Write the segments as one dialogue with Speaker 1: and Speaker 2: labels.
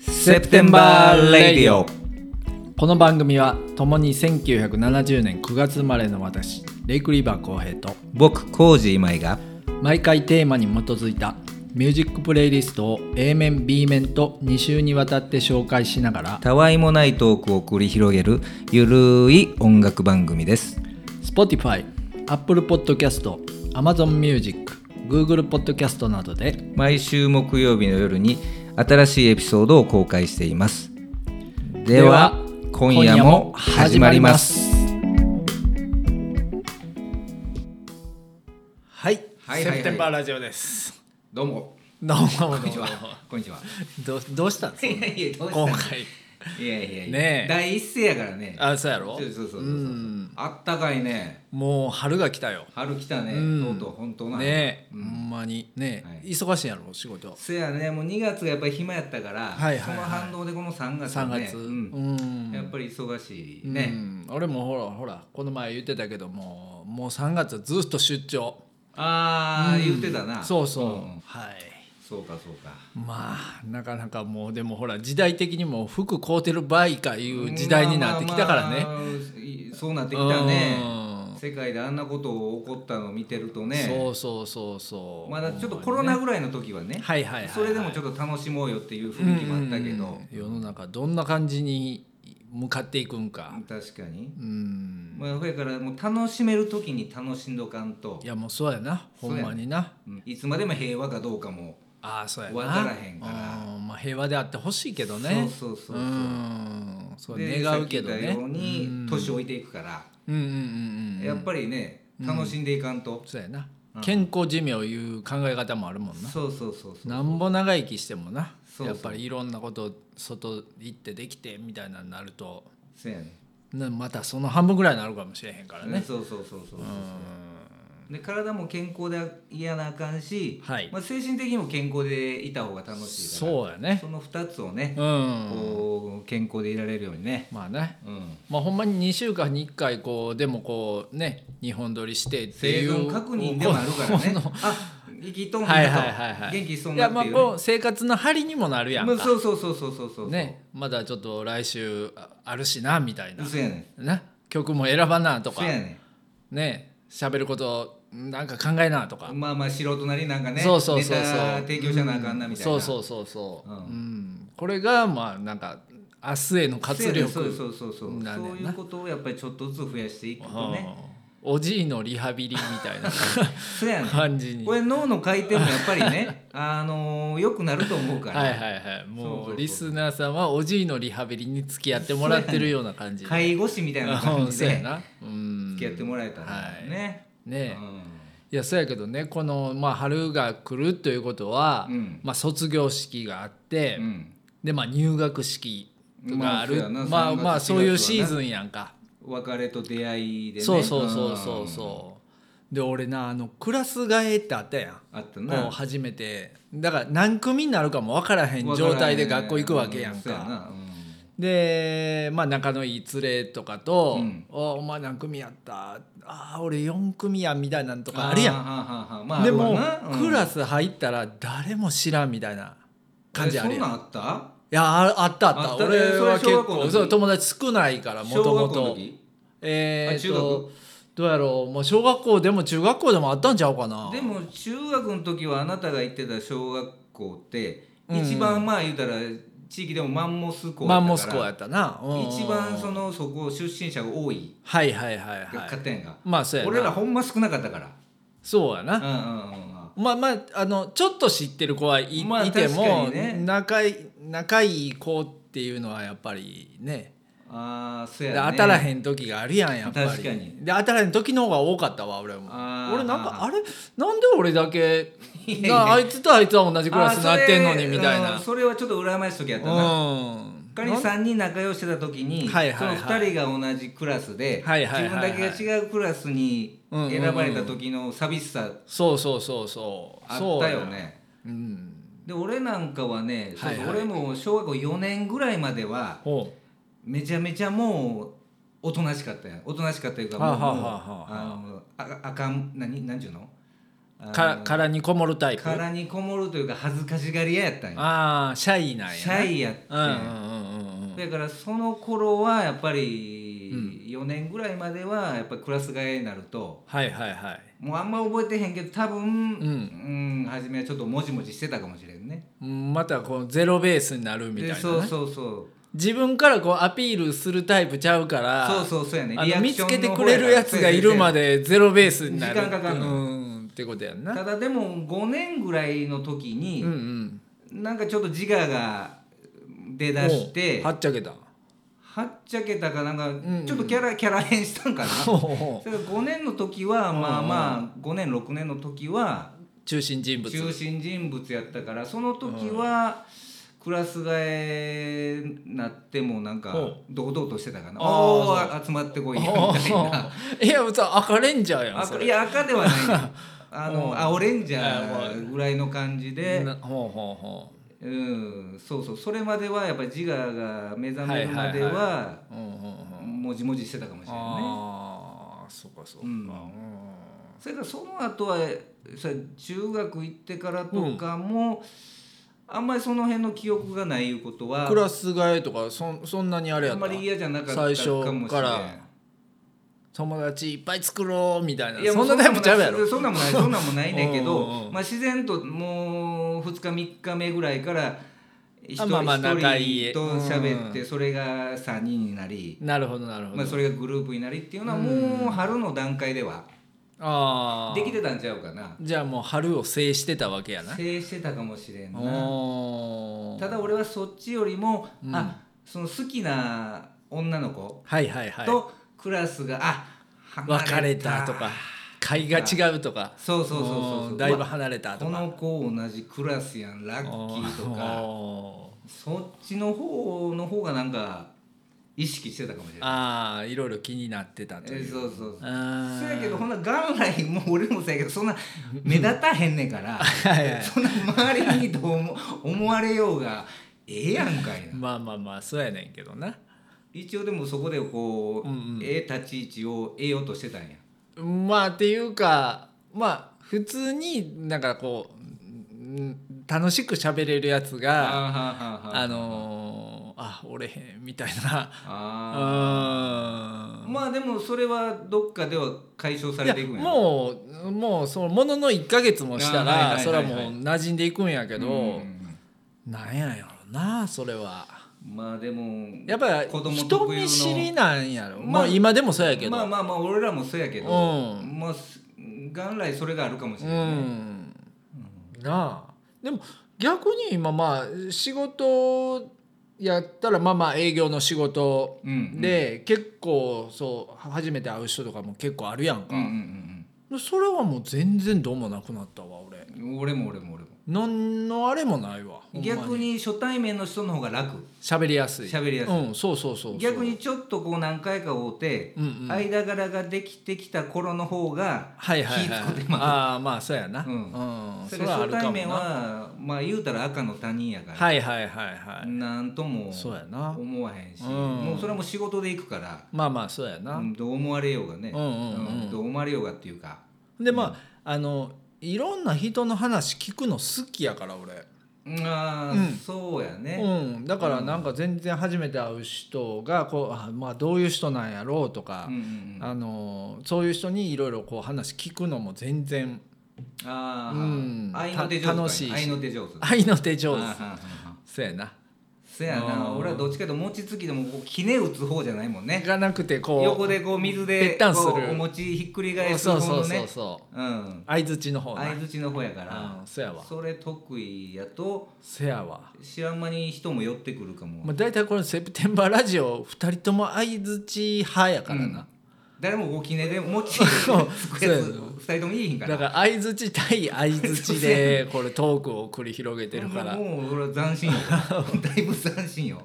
Speaker 1: セプテンバーレディオ
Speaker 2: この番組は共に1970年9月生まれの私レイク・リーバー浩平と
Speaker 1: 僕コージ今井が
Speaker 2: 毎回テーマに基づいたミュージックプレイリストを A 面 B 面と2週にわたって紹介しながら
Speaker 1: たわいもないトークを繰り広げるゆるい音楽番組です
Speaker 2: Spotify、Apple Podcast、Amazon Music、Google Podcast などで
Speaker 1: 毎週木曜日の夜に新しいエピソードを公開していますでは
Speaker 2: では
Speaker 1: 今夜も始まります
Speaker 2: はい、
Speaker 1: はいはいはい
Speaker 2: セプテンバーラジオです
Speaker 1: どうも
Speaker 2: どうもどうも
Speaker 1: こんにちはこんにちは
Speaker 2: どうどうしたんですか
Speaker 1: いやいやどうした
Speaker 2: 今回
Speaker 1: いやいやいや
Speaker 2: ねえ
Speaker 1: 第一声やからね
Speaker 2: あそうやろ
Speaker 1: そうそうそうそう
Speaker 2: うん
Speaker 1: あったかいね
Speaker 2: もう春が来たよ
Speaker 1: 春来たね
Speaker 2: うん
Speaker 1: とうとう本当な
Speaker 2: ねえ、
Speaker 1: うん
Speaker 2: ほんまにねえ、
Speaker 1: はい
Speaker 2: 忙しいやろ仕事
Speaker 1: そやねもう2月がやっぱり暇やったから、
Speaker 2: はいは
Speaker 1: そ
Speaker 2: いはい
Speaker 1: の反動でこの3月
Speaker 2: 3
Speaker 1: ね
Speaker 2: 月、
Speaker 1: うん
Speaker 2: うん
Speaker 1: やっぱり忙しい
Speaker 2: うん
Speaker 1: ね、
Speaker 2: 俺もほらほらこの前言ってたけどもうもう3月ずっと出張
Speaker 1: ああ、言ってたな
Speaker 2: そうそう、
Speaker 1: ん
Speaker 2: はい
Speaker 1: そうかそうか
Speaker 2: まあなかなかもうでもほら時代的にも服買うてる場合かいう時代になってきたからね、
Speaker 1: まあまあまあいそうなってきたね
Speaker 2: うん
Speaker 1: 世界であんなことを起こったのを見てるとね
Speaker 2: そうそうそうそう
Speaker 1: まだちょっとコロナぐらいの時はね、
Speaker 2: はいはいはい
Speaker 1: それでもちょ
Speaker 2: っ
Speaker 1: っと楽しもうよっていう雰囲気もあったけど、
Speaker 2: 世の中どんな感じに向かっていくんか
Speaker 1: 確かに、
Speaker 2: うん
Speaker 1: まあ、だからもう楽しめる時に楽しんどかんと
Speaker 2: いやもうそうやなほんまにな
Speaker 1: うんいつまでも平和かどうかも
Speaker 2: ああそうやな
Speaker 1: わからへんから
Speaker 2: うんまあ平和であってほしいけどね
Speaker 1: そうそうそうそう
Speaker 2: うんそう
Speaker 1: で
Speaker 2: 願うけど
Speaker 1: さっき言っ
Speaker 2: ね
Speaker 1: たように年老いていくから、
Speaker 2: うんうんうんうん
Speaker 1: やっぱりね楽しんでいかんと、
Speaker 2: そうやな
Speaker 1: うん
Speaker 2: 健康寿命いう考え方もあるもんな
Speaker 1: そうそうそうそう
Speaker 2: なんぼ長生きしてもな
Speaker 1: そうそ
Speaker 2: や
Speaker 1: う
Speaker 2: っぱりいろんなことを外行ってできてみたいなのになると
Speaker 1: そうやね
Speaker 2: なまたその半分ぐらいになるかもしれへんからね
Speaker 1: そうそうそうそうそう
Speaker 2: うん
Speaker 1: で体も健康で嫌なあかんし、
Speaker 2: はい
Speaker 1: まあ、精神的にも健康でいた方が楽しいから
Speaker 2: そうやね
Speaker 1: その2つをね
Speaker 2: う、ん
Speaker 1: こう健康でいられるようにね、
Speaker 2: まあね
Speaker 1: うん、
Speaker 2: まあ、ほんまに2週間に1回こうでもこうね2本撮りしてって
Speaker 1: 生
Speaker 2: いう
Speaker 1: 存確認でもあるからね
Speaker 2: この
Speaker 1: あ生きとんなと、
Speaker 2: はいはいはいはい
Speaker 1: 元気そう
Speaker 2: い
Speaker 1: な
Speaker 2: や
Speaker 1: っ
Speaker 2: まあ
Speaker 1: ていう,、
Speaker 2: こう生活の張りにもなるやん
Speaker 1: ま
Speaker 2: か、
Speaker 1: あそうそうそうそうそうそう
Speaker 2: ねまだちょっと来週ああるしなみたいな
Speaker 1: そうやね
Speaker 2: な曲も選ばなとか
Speaker 1: そうやね
Speaker 2: ね喋ることなんか考えなとか、
Speaker 1: まあまあ素人なりなんかね
Speaker 2: そうそうそうそう
Speaker 1: ネタ提供者なあかんなみたいな、
Speaker 2: そうそううそうそう、う
Speaker 1: うんん
Speaker 2: これがまあなんか明日への活力
Speaker 1: そうそうそうそう
Speaker 2: なん
Speaker 1: そ
Speaker 2: や
Speaker 1: う
Speaker 2: な
Speaker 1: いうことをやっぱりちょっとずつ増やしていくと
Speaker 2: うん
Speaker 1: ね
Speaker 2: おじいのリハビリみたいな
Speaker 1: そうやね
Speaker 2: 感じに
Speaker 1: これ脳の回転もやっぱり ねあのー、よくなると思うから、
Speaker 2: はいはいはい
Speaker 1: そうそう
Speaker 2: も
Speaker 1: そうう
Speaker 2: リスナーさんはおじいのリハビリに付き合ってもらってるような感じで
Speaker 1: 介護士みたいな感
Speaker 2: うん
Speaker 1: じ
Speaker 2: そうや
Speaker 1: で
Speaker 2: なうん
Speaker 1: 付き合ってもらえた
Speaker 2: は
Speaker 1: ら
Speaker 2: い
Speaker 1: ね、
Speaker 2: ねいやそうやけどねこの、まあ、春が来るということは、
Speaker 1: うん
Speaker 2: まあ、卒業式があっ
Speaker 1: う
Speaker 2: て、
Speaker 1: ん、うん
Speaker 2: でまあ入学式とかある、ま
Speaker 1: まあそうやな
Speaker 2: あ、まあ
Speaker 1: 3月
Speaker 2: そういうシーズンやんか、
Speaker 1: 別れと出会いでね
Speaker 2: そうそうそうそうそうで俺なあのクラス替えってあったやん
Speaker 1: うんあった
Speaker 2: もう
Speaker 1: な
Speaker 2: 初めてだから何組になるかも分からへん状態で学校行くわけやん
Speaker 1: そう
Speaker 2: か。
Speaker 1: な
Speaker 2: でまあ仲のいい連れとかと「
Speaker 1: うん
Speaker 2: おお前何組やったあー俺4組や」みたいなんと
Speaker 1: うん
Speaker 2: かあるや
Speaker 1: は
Speaker 2: ん。
Speaker 1: はははまあ
Speaker 2: でも、クラ
Speaker 1: ス
Speaker 2: ス入ったら誰も知らんみたいな感じあるやん。
Speaker 1: そん
Speaker 2: い
Speaker 1: なんあった
Speaker 2: やああったあった
Speaker 1: あったね
Speaker 2: 俺は
Speaker 1: それ
Speaker 2: 結
Speaker 1: 小学校の
Speaker 2: 構
Speaker 1: 時
Speaker 2: そう友達少ないからもと
Speaker 1: 小
Speaker 2: も
Speaker 1: 学校の
Speaker 2: と。
Speaker 1: 時
Speaker 2: えー、っ
Speaker 1: あ
Speaker 2: とどうやろうもう小学校でも中学校でもあったんちゃうかな。
Speaker 1: でも中学の時はあなたが行ってた小学校って
Speaker 2: うん
Speaker 1: 一番まあ言うたら地域でもマンモス校やったから
Speaker 2: マンモス校やったな。うんうんうん
Speaker 1: 一番そのそこ出身者が多い
Speaker 2: はいはいはい
Speaker 1: が
Speaker 2: は
Speaker 1: 勝
Speaker 2: い。
Speaker 1: ったやんか
Speaker 2: まあそうやな。
Speaker 1: 俺らほんま少なかったから
Speaker 2: そうやな。
Speaker 1: うんうんうんうん
Speaker 2: まあまあ、あのちょっと知ってる子はい,、
Speaker 1: まあ
Speaker 2: いて
Speaker 1: 確か
Speaker 2: も、
Speaker 1: にね
Speaker 2: 仲い仲いい子っていうのはやっぱりね
Speaker 1: ああそう
Speaker 2: で
Speaker 1: やね
Speaker 2: 当たらへん時があるやんやっぱり
Speaker 1: 確かに
Speaker 2: で当たらへん時の方が多かったわ俺も
Speaker 1: あー
Speaker 2: 俺なんかあれなんで俺だけ
Speaker 1: いやいや
Speaker 2: なあいつとあいつは同じクラスになってんの
Speaker 1: あ
Speaker 2: に
Speaker 1: ーそれ
Speaker 2: みたい
Speaker 1: うん
Speaker 2: な
Speaker 1: それはちょっと羨ましい時やったな
Speaker 2: うん
Speaker 1: 仮に3人仲良してた時に、
Speaker 2: はいはいはい
Speaker 1: その2人が同じクラスで、
Speaker 2: はいはいはいはい
Speaker 1: 自分だけが違うクラスに選ばれた時の寂しさ
Speaker 2: そうそうそうそう
Speaker 1: あ
Speaker 2: そ
Speaker 1: っ
Speaker 2: う
Speaker 1: た
Speaker 2: や
Speaker 1: よね
Speaker 2: うん
Speaker 1: で俺なんかはね、そうそう
Speaker 2: はいはい
Speaker 1: 俺も小学校4年ぐらいまでは
Speaker 2: ほ
Speaker 1: めちゃめちゃもうおとなしかったよおとなしかったというか
Speaker 2: はあはあ
Speaker 1: もう
Speaker 2: はあは
Speaker 1: あのああかん何何ちゅうの
Speaker 2: か殻にこもるタイプ
Speaker 1: 殻にこもるというか恥ずかしがり屋やったんや
Speaker 2: ああシャイなんやな
Speaker 1: シャイやって、
Speaker 2: うんうんうんうん
Speaker 1: だからその頃はやっぱり4年ぐらいまではやっぱりクラス替えになると
Speaker 2: はいはいはい
Speaker 1: もうあんま覚えてへんけど多分、うん
Speaker 2: ん
Speaker 1: 初めはちょっともじもじしてたかもしれんね
Speaker 2: うんまたこうゼロベースになるみたい
Speaker 1: で
Speaker 2: な、ね、
Speaker 1: そうそうそう
Speaker 2: 自分からこうアピールするタイプちゃうから
Speaker 1: そうそうそうやね
Speaker 2: あ
Speaker 1: リ
Speaker 2: の
Speaker 1: アク
Speaker 2: 見
Speaker 1: ショ
Speaker 2: つ
Speaker 1: ン
Speaker 2: けてくれるやつがいるまでゼロベースになる
Speaker 1: 時 間かかんの
Speaker 2: うんってことやんな
Speaker 1: ただでも5年ぐらいの時
Speaker 2: う
Speaker 1: に
Speaker 2: んう、ん
Speaker 1: なんかちょっと自我が出だして
Speaker 2: おうはっちゃけた
Speaker 1: はっちゃけたかなんか
Speaker 2: んうん
Speaker 1: ちょっとキャラ、キャラ変したん かな
Speaker 2: おうお
Speaker 1: そ
Speaker 2: う
Speaker 1: れが5年の時はまあまあ5年6年の時は
Speaker 2: 中心人物
Speaker 1: 中心人物やったからその時はクラス替えなってもなんか
Speaker 2: ほ
Speaker 1: 堂々としてたかな「
Speaker 2: あ
Speaker 1: おお
Speaker 2: ー
Speaker 1: ー集まってこい」みた
Speaker 2: おう
Speaker 1: いな
Speaker 2: おういや別に赤レンジャーやんそ
Speaker 1: 赤
Speaker 2: れ
Speaker 1: いや赤ではない なあ
Speaker 2: う
Speaker 1: の
Speaker 2: ん
Speaker 1: 青レンジャーぐらいの感じで
Speaker 2: なほうほうほ
Speaker 1: うんそうそうそれまではやっぱり自我が目覚めるまで
Speaker 2: はいは
Speaker 1: は
Speaker 2: ううんうんうん
Speaker 1: もじもじしてたかもしれないね。
Speaker 2: ああそうかそうか
Speaker 1: う
Speaker 2: うんん
Speaker 1: それからその後はそれ中学行ってからとかも、あんまりその辺の記憶がないいうことは
Speaker 2: クラス替えとかそんそんなにあれや
Speaker 1: あ
Speaker 2: っ
Speaker 1: ん
Speaker 2: た
Speaker 1: まり嫌じゃなかったかも
Speaker 2: 最
Speaker 1: しれない
Speaker 2: 初から友達いっぱい作ろうみたいない
Speaker 1: や
Speaker 2: そ
Speaker 1: も
Speaker 2: ん
Speaker 1: う
Speaker 2: なタイプちゃうやろ
Speaker 1: そんなんもないそんなんもないそんなんもないねんけ
Speaker 2: うんうんう
Speaker 1: ど
Speaker 2: ん
Speaker 1: まあ自然ともう2日3日目ぐらいから一
Speaker 2: あ
Speaker 1: 人
Speaker 2: まあまあ仲い
Speaker 1: 一
Speaker 2: い
Speaker 1: 人と喋っ
Speaker 2: う
Speaker 1: てそれが3人になり、
Speaker 2: なるほどなるほど、
Speaker 1: まあ、それがグループになりっていうのはもう春の段階では
Speaker 2: ああ
Speaker 1: できてたんちゃうかな
Speaker 2: じゃあもう春を制してたわけやな
Speaker 1: 制してたかもしれんな。
Speaker 2: おー
Speaker 1: ただ俺はそっちよりも、あその好きな女の子
Speaker 2: はいはいはい
Speaker 1: とクラスが、あ離
Speaker 2: 別れたとか会が違うとか
Speaker 1: そうそうそうそう
Speaker 2: う
Speaker 1: そ
Speaker 2: ん
Speaker 1: う
Speaker 2: だいぶ
Speaker 1: うわ
Speaker 2: 離れたと
Speaker 1: こ
Speaker 2: か
Speaker 1: の子同じクラスやんラッキーとか
Speaker 2: おー
Speaker 1: そっちの方の方がなんか意識してたかもしれない
Speaker 2: ああいろいろ気になってたと
Speaker 1: え
Speaker 2: いう
Speaker 1: そうそうそう
Speaker 2: あ
Speaker 1: そ
Speaker 2: ー
Speaker 1: やけどほんな元来もう俺もそうやけどそんな目立たへんねんから
Speaker 2: はいはい
Speaker 1: そんな周りにどう思思われようがええやんかいな
Speaker 2: まあまあまあそうやねんけどな
Speaker 1: 一応でもそこでこう、
Speaker 2: うんうん
Speaker 1: ええ立ち位置を得ようとしてたんや
Speaker 2: まあっていうかまあ普通になんかこうん楽しく喋れるやつが
Speaker 1: あははは
Speaker 2: あのーあ折れへんみたいな
Speaker 1: あ
Speaker 2: あ
Speaker 1: ーまあでもそれはどっかでは解消さ
Speaker 2: い
Speaker 1: れ
Speaker 2: や
Speaker 1: ていくんやろ
Speaker 2: もうもうそのものの1ヶ月もした
Speaker 1: あはいはいはいはい
Speaker 2: らそれはもう馴染んでいくんやけ
Speaker 1: うんうん
Speaker 2: ど
Speaker 1: う
Speaker 2: なんやろなそれは
Speaker 1: んまあでも
Speaker 2: やっぱり
Speaker 1: 子供
Speaker 2: 人
Speaker 1: 特有の
Speaker 2: 見知りなんやろ
Speaker 1: まあ
Speaker 2: まあ今でもそうやけ
Speaker 1: まあ
Speaker 2: ど
Speaker 1: まあまあ俺らもそうやけど、
Speaker 2: うん
Speaker 1: まあす元来それがあるかもし
Speaker 2: う
Speaker 1: れない、
Speaker 2: んなあでも逆に今まあ仕事やったらまあまあ営業の仕事
Speaker 1: うんうん、
Speaker 2: で結構そう初めて会う人とかも結構あるやん
Speaker 1: うんうん
Speaker 2: かそれはもう全然どうもなくなったわ俺
Speaker 1: うんうん俺も俺も俺も
Speaker 2: 何のあれもないわほんま
Speaker 1: 逆に初対面の人の方が楽
Speaker 2: 喋りやすい
Speaker 1: 喋りやすい
Speaker 2: うんそうそうそうそう
Speaker 1: 逆にちょっとこう何回か会うて、
Speaker 2: うんうん
Speaker 1: 間柄ができてきた頃の方が
Speaker 2: はいはい
Speaker 1: 気
Speaker 2: はい
Speaker 1: ぃ使うてまう
Speaker 2: ああまあそうやな
Speaker 1: う
Speaker 2: うん、
Speaker 1: そ
Speaker 2: そ
Speaker 1: れ
Speaker 2: れはあ
Speaker 1: 初
Speaker 2: るかも
Speaker 1: 対面
Speaker 2: なは
Speaker 1: はまあ言うたら赤の他人やから、
Speaker 2: いはいはいはい、
Speaker 1: なんとも
Speaker 2: そうやな
Speaker 1: 思わへんし、
Speaker 2: うん
Speaker 1: もうそれはもう仕事で行くから、
Speaker 2: まあまあそうやな、
Speaker 1: うんどう思われようがね、
Speaker 2: うんうんうん
Speaker 1: どう思われようがっていうか
Speaker 2: でまああのいろんな人の話聞くの好きやから俺
Speaker 1: うんあー、
Speaker 2: うん
Speaker 1: そうやね、
Speaker 2: うん、だからなんか全然初めて会う人がこうあまあどういう人なんやろうとか
Speaker 1: うん、うんうん
Speaker 2: あのそういう人にいろいろこう話聞くのも全然
Speaker 1: あー、
Speaker 2: うん
Speaker 1: 愛の手上手
Speaker 2: た
Speaker 1: か
Speaker 2: 楽しいし
Speaker 1: 愛の手上手
Speaker 2: 愛の手上手
Speaker 1: あーはんはんはん
Speaker 2: そうやな
Speaker 1: そや
Speaker 2: う
Speaker 1: なん俺はどっちかというと餅つきでもこうきね打つ方じゃないもんね
Speaker 2: がなくてこう
Speaker 1: 横でこう水で
Speaker 2: ぺったんする
Speaker 1: こうお餅ひっくり返す
Speaker 2: そ
Speaker 1: 方
Speaker 2: うそ
Speaker 1: の
Speaker 2: うそ
Speaker 1: ね
Speaker 2: うそう
Speaker 1: うん
Speaker 2: 相づちの方
Speaker 1: 相
Speaker 2: な
Speaker 1: づちの方やから、
Speaker 2: うんそやわ
Speaker 1: それ得意やと
Speaker 2: そやわ
Speaker 1: 知らん間に人も寄ってくるかも、
Speaker 2: まあ、大体このセプテンバーラジオ2人とも相づち派やからな、
Speaker 1: 誰もごきねで持ちつ
Speaker 2: そう
Speaker 1: くやつ
Speaker 2: そうや
Speaker 1: 2人ともいいひんか
Speaker 2: だ
Speaker 1: ら
Speaker 2: から相づち対相づちでこれトークを繰り広げてるから
Speaker 1: もう俺は斬 新よだいぶ斬新よ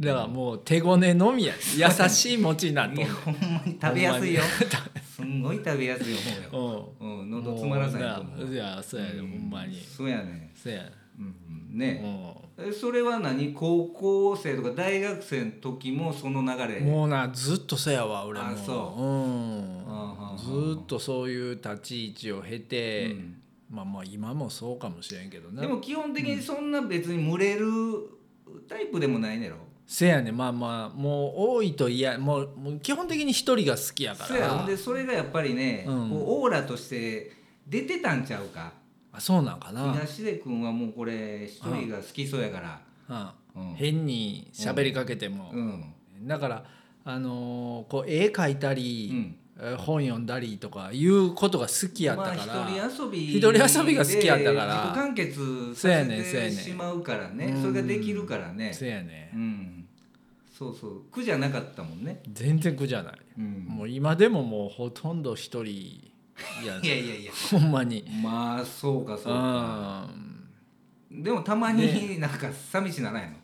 Speaker 2: だからもう手ごねのみや優しい餅になっと
Speaker 1: い
Speaker 2: んね
Speaker 1: や
Speaker 2: ん
Speaker 1: ほんまに食べやすいよすんごい食べやすいよ
Speaker 2: う
Speaker 1: 思うよ、うん、喉詰まらさないと思
Speaker 2: もう
Speaker 1: う
Speaker 2: いやそうやねほんまに
Speaker 1: そうやね
Speaker 2: そうや
Speaker 1: うんうんねえそれは何高校生とか大学生の時もその流
Speaker 2: う
Speaker 1: れ
Speaker 2: んもうなずっとせやわ俺も
Speaker 1: あそう
Speaker 2: う、、
Speaker 1: うんうんうんん
Speaker 2: ずっとそういう立ち位置を経て、
Speaker 1: うん
Speaker 2: まあまあ今もそうかもしれんけどな
Speaker 1: でも基本的にそんな別に群れるタイプでもないねやろ
Speaker 2: せやねまあまあもう多いと嫌もうもう基本的に一人が好きやから
Speaker 1: そうやほんでそれがやっぱりね、
Speaker 2: うん
Speaker 1: こうオーラとして出てたんちゃうか
Speaker 2: あそうなんかな、
Speaker 1: 東出君はもうこれ一人が好きそうやから
Speaker 2: う
Speaker 1: うんん
Speaker 2: 変に喋りかけても
Speaker 1: う、ん
Speaker 2: だから、あのーこう絵描いた
Speaker 1: う
Speaker 2: り、
Speaker 1: ん
Speaker 2: えー本読んだりとかいうことが好きやったから、
Speaker 1: まあ、一人遊び
Speaker 2: 一人遊びが好きやったから
Speaker 1: で自己完結
Speaker 2: そうや
Speaker 1: さ
Speaker 2: ねんそう
Speaker 1: せ
Speaker 2: やね
Speaker 1: て
Speaker 2: ん
Speaker 1: しまうからね
Speaker 2: うん
Speaker 1: それができるからね
Speaker 2: せやね
Speaker 1: うんそうそう苦じゃなかったもんね、
Speaker 2: 全然苦じゃない、
Speaker 1: うん、
Speaker 2: もう今でももうほとんど一人や
Speaker 1: いやいやいや
Speaker 2: ほんまに
Speaker 1: まあそうかそうか
Speaker 2: うん
Speaker 1: でもたまになんか寂しならへんの、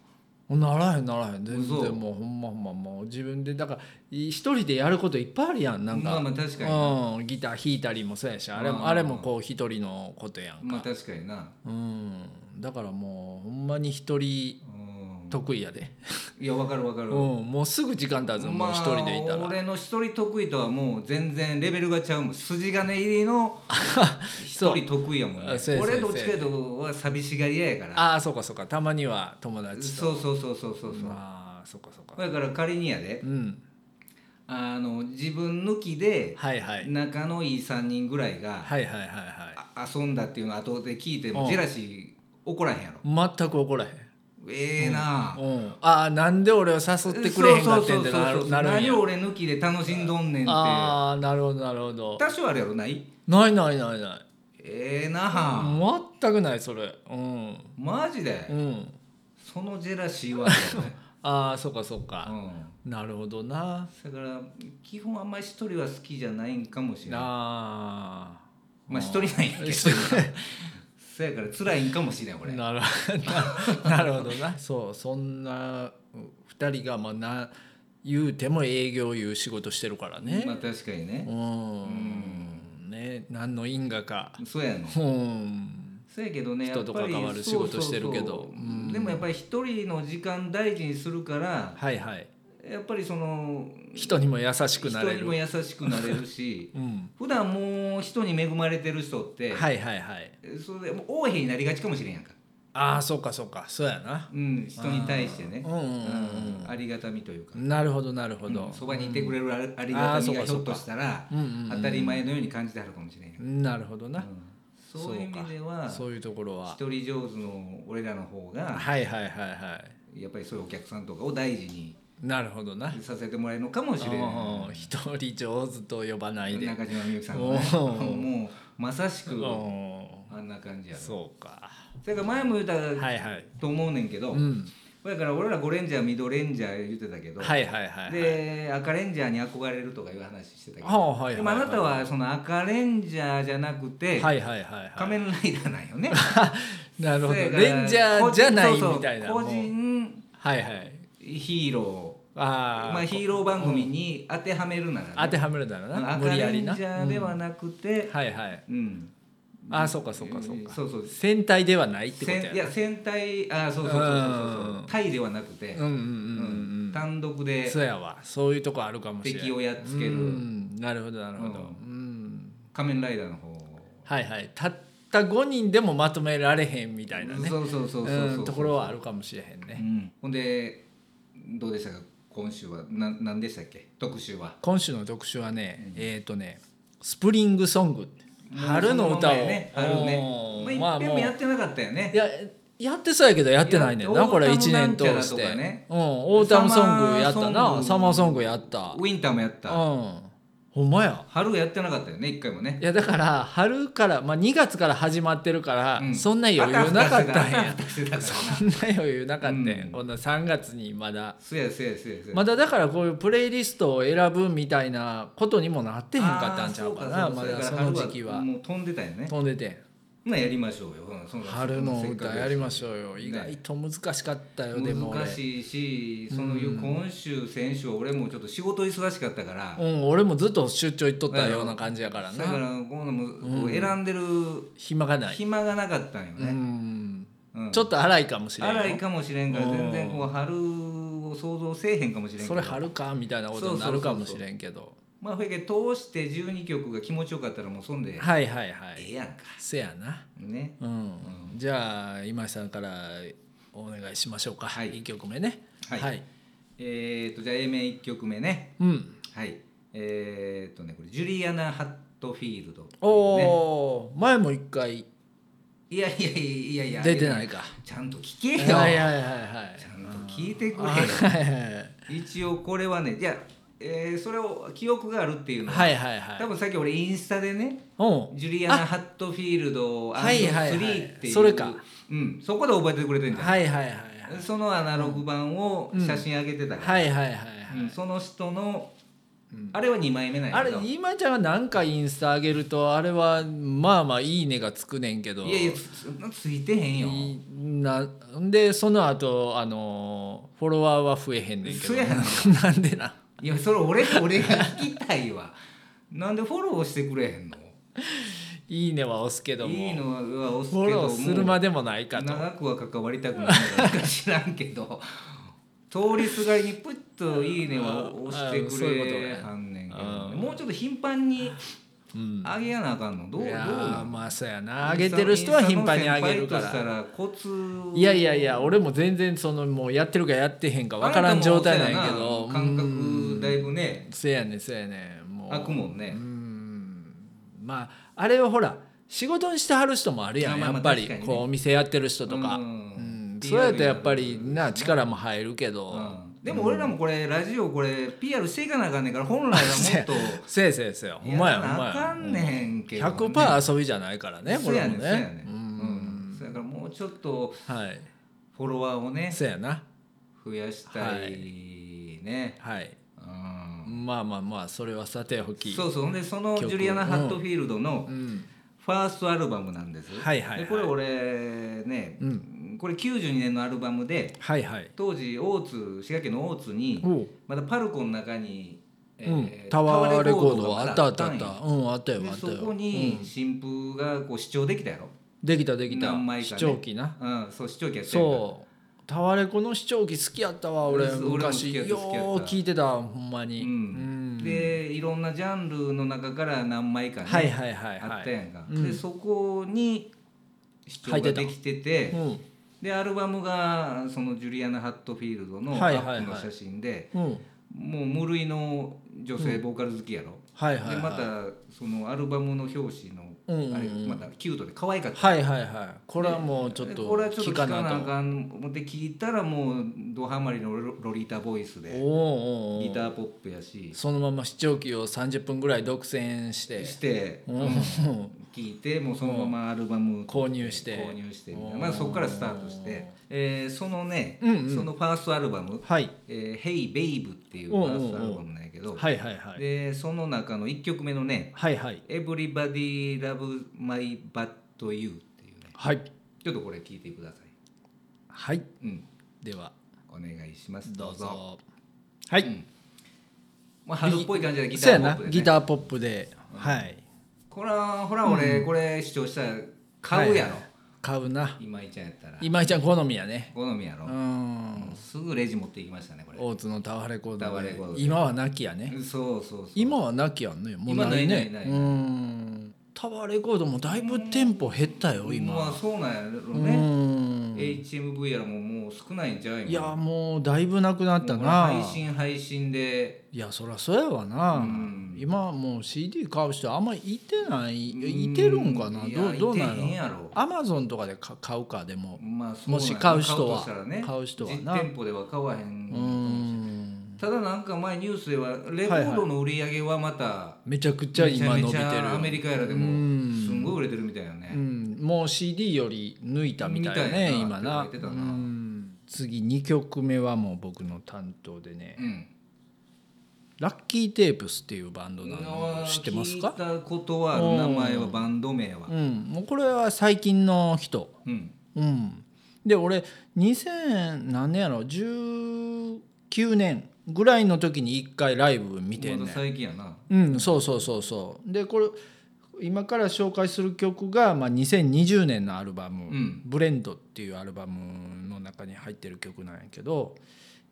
Speaker 2: ならへんならへん全
Speaker 1: 嘘
Speaker 2: 然もうほんまほんまもう自分でだからい一人でやることいっぱいあるやんなんか,、
Speaker 1: まあまあ確かに
Speaker 2: うん、ギター弾いたりもそうやしあれ
Speaker 1: うん
Speaker 2: もあれもこう一人のことやんか、
Speaker 1: まあ確かにな
Speaker 2: うんだからもうほんまに一人
Speaker 1: うん
Speaker 2: 得意やで、
Speaker 1: いやわかるわか
Speaker 2: う
Speaker 1: る、
Speaker 2: んもうすぐ時間だぞ、
Speaker 1: まあ
Speaker 2: もう一人でいたら
Speaker 1: 俺の一人得意とはもう全然レベルがちゃうもん筋金入り の一人得意やもんね
Speaker 2: あそうやそう
Speaker 1: 俺
Speaker 2: や
Speaker 1: どっちかとは寂しがり屋やから
Speaker 2: ああそうかそうかたまには友達と
Speaker 1: そうそうそうそうそうそう、
Speaker 2: まあそうかそうか
Speaker 1: だから仮にやで
Speaker 2: うん
Speaker 1: あの自分抜きで
Speaker 2: はいはい
Speaker 1: 仲のいい3人ぐらいが、
Speaker 2: はいはいはいは
Speaker 1: あ遊んだっていうのを後で聞いて
Speaker 2: う
Speaker 1: も
Speaker 2: ん
Speaker 1: ジェラシー起こらへんやろ
Speaker 2: い全く怒らへん
Speaker 1: ええなあ
Speaker 2: うん、ああなんで俺を誘ってくれへんかってんって
Speaker 1: そうそう
Speaker 2: な
Speaker 1: そうそ
Speaker 2: る
Speaker 1: う
Speaker 2: なるん
Speaker 1: 何
Speaker 2: や
Speaker 1: 俺抜きで楽しんどんねんって
Speaker 2: ああなるほどなるほど
Speaker 1: 多少あるやろない
Speaker 2: ないないないない
Speaker 1: ええなあ、
Speaker 2: 全くないそれうん
Speaker 1: マジで、
Speaker 2: うん
Speaker 1: そのジェラシーはあるよね、
Speaker 2: ああ そうかそうか、
Speaker 1: うん
Speaker 2: なるほどな
Speaker 1: だから基本あんまり一人は好きじゃないんかもしれない
Speaker 2: ああ
Speaker 1: まあ一人なんやけどそやから辛いんかもしれない俺
Speaker 2: なるな なるほどなそうそんな2人がまあな言うても営業いう仕事してるからね、
Speaker 1: まあ確かにね
Speaker 2: う、んね何の因果か
Speaker 1: そうやの
Speaker 2: うん
Speaker 1: そうやけどねやっぱ
Speaker 2: 人
Speaker 1: り
Speaker 2: と関わる仕事してるけど
Speaker 1: そうそうそう
Speaker 2: うん
Speaker 1: でもやっぱり一人の時間大事にするから
Speaker 2: はいはい
Speaker 1: やっぱりその
Speaker 2: 人にも優しくな
Speaker 1: 人
Speaker 2: れ
Speaker 1: にも
Speaker 2: る
Speaker 1: 優しくなれるし
Speaker 2: うん
Speaker 1: 普段もう人に恵まれてる人って、
Speaker 2: はいはいはい
Speaker 1: それでもう横柄になりがちかもしれんやんか、
Speaker 2: ああそうかそうかそうやな
Speaker 1: うん、人に対してね
Speaker 2: うんうん
Speaker 1: うんありがたみというか
Speaker 2: なるほどなるほど、
Speaker 1: うんそばにいてくれるありありがたみ
Speaker 2: あ
Speaker 1: が
Speaker 2: ーそうか
Speaker 1: ひ
Speaker 2: そうか
Speaker 1: ょっとしたら
Speaker 2: うんうんうん
Speaker 1: 当たり前のように感じてはるかもしれない、
Speaker 2: なるほどな、
Speaker 1: うんそういう意味では
Speaker 2: そういうところは
Speaker 1: 一人上手の俺らの方が
Speaker 2: はいはいはいはい
Speaker 1: やっぱりそういうお客さんとかを大事に
Speaker 2: なるほどな
Speaker 1: させてもらえるのかもしれな
Speaker 2: うん一人上手と呼ばない
Speaker 1: い
Speaker 2: で
Speaker 1: 中島みゆきさんのね
Speaker 2: おー
Speaker 1: もうまさしく
Speaker 2: う
Speaker 1: あんな感じや
Speaker 2: ん
Speaker 1: ろ
Speaker 2: そうか
Speaker 1: それから前も言うた
Speaker 2: はいはい
Speaker 1: と思うねんけど、
Speaker 2: うん
Speaker 1: だから俺らゴレンジャーミドレンジャー言ってたけど、
Speaker 2: はいはいはいはい
Speaker 1: で赤レンジャーに憧れるとかいう話してたけど、
Speaker 2: ああはいはいはい
Speaker 1: でもあなたはその赤レンジャーじゃなくて、
Speaker 2: はいはいはいはい
Speaker 1: 仮面ライダーなんよ ね。
Speaker 2: なるほ
Speaker 1: そ
Speaker 2: ど
Speaker 1: れが
Speaker 2: レンジャーじゃないみたいな
Speaker 1: そうそう個
Speaker 2: もう
Speaker 1: 人
Speaker 2: はいはい
Speaker 1: ヒーロー、
Speaker 2: あー、
Speaker 1: まあヒーロー番組に当てはめるならね、
Speaker 2: 当てはめるだろうな無
Speaker 1: 赤
Speaker 2: 理や
Speaker 1: レ
Speaker 2: り
Speaker 1: ン
Speaker 2: な
Speaker 1: ジャーではなくて、
Speaker 2: はいはい
Speaker 1: うん、
Speaker 2: あーそうかそうかそうか
Speaker 1: そうそう。
Speaker 2: 戦隊ではないってことや
Speaker 1: 戦
Speaker 2: ない
Speaker 1: や戦隊あそうそうそうそうそう
Speaker 2: うん
Speaker 1: タイではなくて、
Speaker 2: うんうんうん
Speaker 1: うん
Speaker 2: うんうん
Speaker 1: 単独で
Speaker 2: そうやわそういうとこあるかもしれない
Speaker 1: 敵をやっつける
Speaker 2: うんなるほどなるほど
Speaker 1: うん
Speaker 2: うん
Speaker 1: 仮面ライダーの方
Speaker 2: はいはいたった5人でもまとめられへんみたいなね
Speaker 1: そうそうそうそうそう
Speaker 2: うんところはあるかもしれへんね、
Speaker 1: うんほんでどうでしたか今週はな何でしたっけ特集は
Speaker 2: 今週の特集はね、えっ、とねスプリングソング春の歌を、
Speaker 1: そ前ね春
Speaker 2: お
Speaker 1: ね
Speaker 2: ー
Speaker 1: まあ
Speaker 2: ま
Speaker 1: いっぺん
Speaker 2: あも
Speaker 1: も
Speaker 2: う
Speaker 1: やってなかったよ
Speaker 2: い
Speaker 1: ね
Speaker 2: ややってそうやけどやってないねん
Speaker 1: いや
Speaker 2: なこれ
Speaker 1: オー
Speaker 2: 1
Speaker 1: タムなん
Speaker 2: 年
Speaker 1: ち
Speaker 2: 通
Speaker 1: ゃらとかね
Speaker 2: して、うんオータムソングやった
Speaker 1: サマーソン
Speaker 2: な
Speaker 1: グ
Speaker 2: サマーソングやった
Speaker 1: ウィンターもやった
Speaker 2: うんほんまや
Speaker 1: 春やってなかったよね一回もね
Speaker 2: いやだから春から、まあ、2月から始まってるから、
Speaker 1: うん
Speaker 2: そんな余裕なかったん
Speaker 1: あ
Speaker 2: や
Speaker 1: たふたしてたあたふたしてたから
Speaker 2: そんな余裕なかったんや、
Speaker 1: うん
Speaker 2: こんな3月にまだ
Speaker 1: そうやそうやそうやそうや
Speaker 2: まだだからこういうプレイリストを選ぶみたいなことにもなってへんかったんちゃうかな
Speaker 1: あー
Speaker 2: ま
Speaker 1: そう
Speaker 2: だ
Speaker 1: か
Speaker 2: そ
Speaker 1: そう
Speaker 2: の時期
Speaker 1: 春
Speaker 2: は
Speaker 1: もう飛んでたよね
Speaker 2: 飛んでて
Speaker 1: まあやりましょうようんそんな
Speaker 2: 春の
Speaker 1: せっか
Speaker 2: 歌
Speaker 1: く
Speaker 2: やりま
Speaker 1: し
Speaker 2: しょうよ
Speaker 1: ね
Speaker 2: 意外と難しかったよでも俺
Speaker 1: 難しいしその
Speaker 2: うん
Speaker 1: 今週先週は俺もちょっと仕事忙しかったから
Speaker 2: うん俺もずっと出張行っとったような感じやから
Speaker 1: だから
Speaker 2: な
Speaker 1: こういうのもこう選んでる
Speaker 2: 暇がない
Speaker 1: 暇がなかったんよ
Speaker 2: う
Speaker 1: ね、
Speaker 2: ん
Speaker 1: うんうん
Speaker 2: ちょっと荒いかもしれんよ
Speaker 1: 荒いかもしれんから
Speaker 2: うん
Speaker 1: 全然こう春を想像せえへんかもしれんけど
Speaker 2: それ春かみたいなことになるかもしれんけど
Speaker 1: まあふやけ通して12曲が気持ちよかったらもうそんで
Speaker 2: はいはいは
Speaker 1: ええ
Speaker 2: い
Speaker 1: やんか
Speaker 2: せやな
Speaker 1: ね
Speaker 2: うんじゃあ今井さんからお願いしましょうか、
Speaker 1: はい
Speaker 2: 1曲目ね
Speaker 1: はい
Speaker 2: はい、
Speaker 1: えー、とじゃあ A 面1曲目ね
Speaker 2: うん
Speaker 1: はいえー、とねこれジュリアナ・ハットフィールドっていうね、
Speaker 2: おー前も一回
Speaker 1: いやいやいやいやいや
Speaker 2: 出てないか
Speaker 1: ちゃんと聞けよちゃ
Speaker 2: はい
Speaker 1: ん
Speaker 2: はいはいはい
Speaker 1: と聞いてくれよ
Speaker 2: はいはい
Speaker 1: 一応これはねじゃあ、えーそれを記憶があるっていうのは、
Speaker 2: はいはいはい
Speaker 1: 多分さっき俺インスタでね
Speaker 2: うん
Speaker 1: ジュリアナ・ハットフィールド
Speaker 2: あはいはいはい
Speaker 1: 3っていう
Speaker 2: それか
Speaker 1: うん、そこで覚えてくれてるんじゃな、
Speaker 2: はいいはいはい
Speaker 1: そのアナログ版を写真上げてたから、
Speaker 2: はいはいはいは
Speaker 1: うん
Speaker 2: い
Speaker 1: その人の、あれは2枚目なん
Speaker 2: あ
Speaker 1: やけ
Speaker 2: れ
Speaker 1: ど
Speaker 2: 今ちゃんが何かインスタ上げるとあれはまあまあいいねがつくねんけど
Speaker 1: いやいやつつついてへんよ
Speaker 2: いなんでその後あのーフォロワーは増えへんねんけど
Speaker 1: そうや
Speaker 2: なんでない
Speaker 1: やそれ俺俺が聞きたいわなんでフォローしてくれへんの
Speaker 2: いいねは押すけども
Speaker 1: いいのは押すけ
Speaker 2: フォ
Speaker 1: ど
Speaker 2: ローするま
Speaker 1: で
Speaker 2: でもないかと
Speaker 1: 長くは関わりたくないから知らんけど通りすがりにプッと「いいね」は押して
Speaker 2: ああ
Speaker 1: く
Speaker 2: そういう
Speaker 1: れ
Speaker 2: ことね
Speaker 1: はんねんけど
Speaker 2: う
Speaker 1: ね
Speaker 2: ん
Speaker 1: もうちょっと頻繁に
Speaker 2: うん
Speaker 1: 上げやなあかんのどう
Speaker 2: い
Speaker 1: どう
Speaker 2: や
Speaker 1: な
Speaker 2: ー
Speaker 1: の
Speaker 2: まあそうやな上げてる人は頻繁に上げるか
Speaker 1: インスタの先輩
Speaker 2: ら
Speaker 1: としたらコツ
Speaker 2: いやいやいや俺も全然そのもうやってるかやってへんか分からん状態なんやけど
Speaker 1: あなたもそうやな感覚だいぶね
Speaker 2: うんそうやねんそうやねんもう
Speaker 1: 開くもんね
Speaker 2: まああれはほら仕事にしてはる人もあるや
Speaker 1: あ
Speaker 2: ん
Speaker 1: まあ
Speaker 2: や
Speaker 1: まあ
Speaker 2: っぱり
Speaker 1: 確かにね
Speaker 2: こうお店やってる人とか
Speaker 1: う
Speaker 2: うんん
Speaker 1: PR
Speaker 2: そうやとやっぱりな力も入るけど
Speaker 1: うんでも俺らもこれラジオこれ PR していかなあかんねんから本来はもっと
Speaker 2: せやせやせやほん
Speaker 1: や
Speaker 2: まや
Speaker 1: ら
Speaker 2: ほん
Speaker 1: な
Speaker 2: ま
Speaker 1: あか
Speaker 2: や
Speaker 1: んねんけどね
Speaker 2: 100%遊びじゃないからねこ
Speaker 1: そう
Speaker 2: れ
Speaker 1: やね
Speaker 2: も
Speaker 1: んそうやね
Speaker 2: ね
Speaker 1: ん
Speaker 2: う
Speaker 1: うんんそうやからもうちょっと
Speaker 2: はい
Speaker 1: フォロワーをね
Speaker 2: せやな
Speaker 1: 増やしたいね、
Speaker 2: はい
Speaker 1: うん
Speaker 2: まあまあまあそれはさておき
Speaker 1: そうそうほんでそのジ
Speaker 2: 曲
Speaker 1: ュリアナ・ハットフィールドの
Speaker 2: うん
Speaker 1: ファーストアルバムなんです、
Speaker 2: はいはいはい
Speaker 1: でこれ俺ね、
Speaker 2: う
Speaker 1: これ92年のアルバムで
Speaker 2: はいはい
Speaker 1: 当時大津滋賀県の大津に
Speaker 2: おう
Speaker 1: まだパルコの中に、え
Speaker 2: う
Speaker 1: ー
Speaker 2: んタワーレコード
Speaker 1: が
Speaker 2: あったあったあ
Speaker 1: ん
Speaker 2: っ
Speaker 1: や
Speaker 2: たうんあったよ
Speaker 1: で
Speaker 2: あった
Speaker 1: そこ
Speaker 2: よ
Speaker 1: に新風がこう視聴できたやろ、
Speaker 2: できたできた
Speaker 1: 何枚か
Speaker 2: 視
Speaker 1: ね
Speaker 2: 聴器な
Speaker 1: うんそう視聴器やってるから
Speaker 2: そうタワレコの視聴器好きやったわ俺
Speaker 1: 俺も
Speaker 2: 昔
Speaker 1: 好きや
Speaker 2: よ
Speaker 1: っ
Speaker 2: う
Speaker 1: た好きやった
Speaker 2: 聞いてたほんまに、
Speaker 1: う
Speaker 2: うんん
Speaker 1: でいろんなジャンルの中から何枚かね、
Speaker 2: はいはいはい
Speaker 1: あ
Speaker 2: は
Speaker 1: った
Speaker 2: い
Speaker 1: やんか、
Speaker 2: うん
Speaker 1: でそこに視聴ができてて
Speaker 2: うん
Speaker 1: でアルバムがそのジュリアナ・ハットフィールドのア
Speaker 2: はいはいはい
Speaker 1: ップの写真で、
Speaker 2: うん
Speaker 1: もう無類の女性ボーカル好きやろ、
Speaker 2: はいはいはい
Speaker 1: でまたそのアルバムの表紙の
Speaker 2: うんうんうん
Speaker 1: あれがまたキュートで可愛かった、
Speaker 2: はいはいはいこれはもうちょっと
Speaker 1: でこれはちょっと
Speaker 2: 聞
Speaker 1: 聞か
Speaker 2: か
Speaker 1: な
Speaker 2: な
Speaker 1: あ
Speaker 2: と
Speaker 1: かん思って聞いたらもうドハマりのロロリータボイス
Speaker 2: おう
Speaker 1: で
Speaker 2: おうお
Speaker 1: ギ
Speaker 2: う
Speaker 1: ターポップやし
Speaker 2: そのまま視聴器を30分ぐらい独占して
Speaker 1: して
Speaker 2: うん
Speaker 1: 聞いてもうそのままアルバム
Speaker 2: 購入して
Speaker 1: 購入してみたいな、まあ、そこからスタートして、えーそのね、
Speaker 2: うんうん
Speaker 1: そのファーストアルバム
Speaker 2: はい
Speaker 1: 「えー Hey Babe」っていうファーストアルバムなんやけど、
Speaker 2: はいはいはい
Speaker 1: でその中の1曲目のね
Speaker 2: はいはい
Speaker 1: 「Everybody Love My But You」っていうね
Speaker 2: はい
Speaker 1: ちょっとこれ聞いてください。
Speaker 2: はい
Speaker 1: うん、
Speaker 2: では
Speaker 1: お願いします。
Speaker 2: どう。ぞはい、
Speaker 1: まあ、春っぽい感じでギタ
Speaker 2: そうや
Speaker 1: ーポッ
Speaker 2: な
Speaker 1: プで、ね。
Speaker 2: ギターポップで、はい
Speaker 1: これはほら俺これ視聴したら買うやろ、
Speaker 2: 買うな
Speaker 1: 今井ちゃんやったら
Speaker 2: 今井ちゃん好みやね
Speaker 1: 好みやろ、
Speaker 2: う
Speaker 1: も
Speaker 2: ん
Speaker 1: うすぐレジ持っていきましたねこれ
Speaker 2: 大津のタワーレコー
Speaker 1: タ
Speaker 2: ド
Speaker 1: ワー
Speaker 2: で
Speaker 1: レコードで
Speaker 2: 今はなきやね
Speaker 1: そうそうそう
Speaker 2: 今はなきやんねもうな
Speaker 1: 今な
Speaker 2: いね
Speaker 1: いないない
Speaker 2: うんタワーレコードもだいぶ店舗減ったよ
Speaker 1: まあ
Speaker 2: 今
Speaker 1: そうなんやろ
Speaker 2: う
Speaker 1: ね、
Speaker 2: ん
Speaker 1: HMV やらももう少ないんちゃう今
Speaker 2: いやもうだいぶなくなった
Speaker 1: もう
Speaker 2: な
Speaker 1: 配信配信で
Speaker 2: いやそりゃそうやわな
Speaker 1: うん
Speaker 2: 今もう CD 買う人あんまいてないいてるんかなどうどうな
Speaker 1: の
Speaker 2: の
Speaker 1: やろ
Speaker 2: アマゾンとかでか買うかでも
Speaker 1: まあそうなんや
Speaker 2: もし買う人は
Speaker 1: 買としたらね
Speaker 2: 買う人はな
Speaker 1: 実店舗では買わへん
Speaker 2: うーん
Speaker 1: ただなんか前ニュースではレコードの売り上げはまた、
Speaker 2: めちゃくちゃ今伸びて
Speaker 1: めちゃめちゃアメ
Speaker 2: る
Speaker 1: リカやらでも
Speaker 2: うん
Speaker 1: すんごい売れてるみたいよ
Speaker 2: う
Speaker 1: ね、
Speaker 2: ん、もう CD より抜いたみたい
Speaker 1: み
Speaker 2: な
Speaker 1: た
Speaker 2: ね
Speaker 1: いな
Speaker 2: 今な
Speaker 1: って言ってた
Speaker 2: う
Speaker 1: なん
Speaker 2: 次2曲目はもう僕の担当でね、
Speaker 1: うん、
Speaker 2: ラッキーテープスっていうバンドな
Speaker 1: あ
Speaker 2: の
Speaker 1: ー
Speaker 2: 知ってますか、
Speaker 1: 聞いたことはある名前はバンド名は
Speaker 2: うん、もうこれは最近の人、
Speaker 1: うん
Speaker 2: うん、で俺2000何年やろ19年ぐらいの時に1回ライブ見てん
Speaker 1: ま
Speaker 2: ね
Speaker 1: だ最近やな
Speaker 2: うんそうそうそうそうでこれ今から紹介する曲が、まあ、2020年のアルバム「
Speaker 1: うん
Speaker 2: ブレンド」っていうアルバムの中に入ってる曲なんやけど、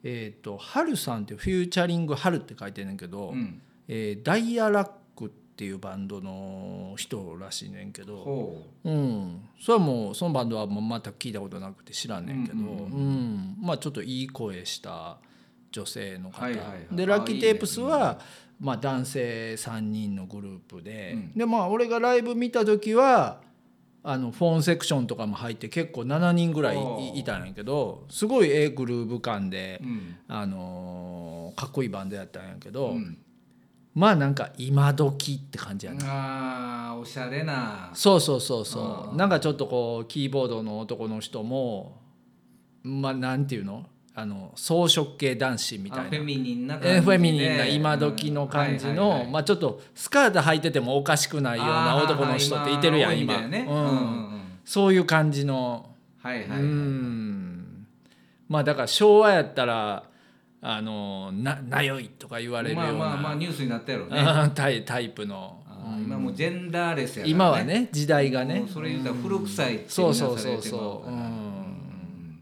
Speaker 2: えー、とハルさんってフューチャリングハルって書いてんねんけど、
Speaker 1: うん
Speaker 2: えーダイヤラックっていうバンドの人らしいねんけど、
Speaker 1: ほ
Speaker 2: うん、それはもうそのバンドはもう全く聞いたことなくて知らんねんけど、
Speaker 1: う
Speaker 2: うんん
Speaker 1: うん
Speaker 2: まあちょっといい声した女性の方、
Speaker 1: はいはいはい
Speaker 2: で
Speaker 1: あ
Speaker 2: ラッキーテープス
Speaker 1: いいね
Speaker 2: はまあ、男性3人のグループで、
Speaker 1: うん
Speaker 2: でまあ俺がライブ見た時はあのフォンセクションとかも入って結構7人ぐら
Speaker 1: あー
Speaker 2: いいいたんやけどすごいええグルーブ感で
Speaker 1: う、うん
Speaker 2: あのーかっこいいバンドやったんやけど、
Speaker 1: うん
Speaker 2: まあなんか今時って感じやな。
Speaker 1: あーおしゃれな
Speaker 2: そうそうそう
Speaker 1: あ
Speaker 2: そ
Speaker 1: ー
Speaker 2: うなんかちょっとこうキーボードの男の人もまあなんていうのあの装飾系男子みた
Speaker 1: あ
Speaker 2: い
Speaker 1: フ
Speaker 2: な
Speaker 1: ェ。ミニンな感じ
Speaker 2: え
Speaker 1: で
Speaker 2: ーフェミニンな今時の感じ
Speaker 1: うんはいはい
Speaker 2: の
Speaker 1: はい
Speaker 2: まあちょっとスカート履いててもおかしくないような
Speaker 1: あー
Speaker 2: 男の人っていてるや
Speaker 1: は
Speaker 2: ん
Speaker 1: い
Speaker 2: 今
Speaker 1: はいはい多いみたいなねうんうん
Speaker 2: うん
Speaker 1: うん
Speaker 2: そういう感じの
Speaker 1: はいはいうはい
Speaker 2: んまあだから昭和やったらあのななよいとか言われるよう
Speaker 1: まあ
Speaker 2: な
Speaker 1: まあまあニュースになったやろうね
Speaker 2: うんタイタイプの
Speaker 1: あー今もうジェンダーレスやから
Speaker 2: 今はね時代がね
Speaker 1: もうそれ言うたら古臭いって
Speaker 2: そう
Speaker 1: みん
Speaker 2: そ
Speaker 1: な
Speaker 2: う
Speaker 1: され
Speaker 2: そう
Speaker 1: て
Speaker 2: そ
Speaker 1: ま
Speaker 2: う、う
Speaker 1: から
Speaker 2: ん、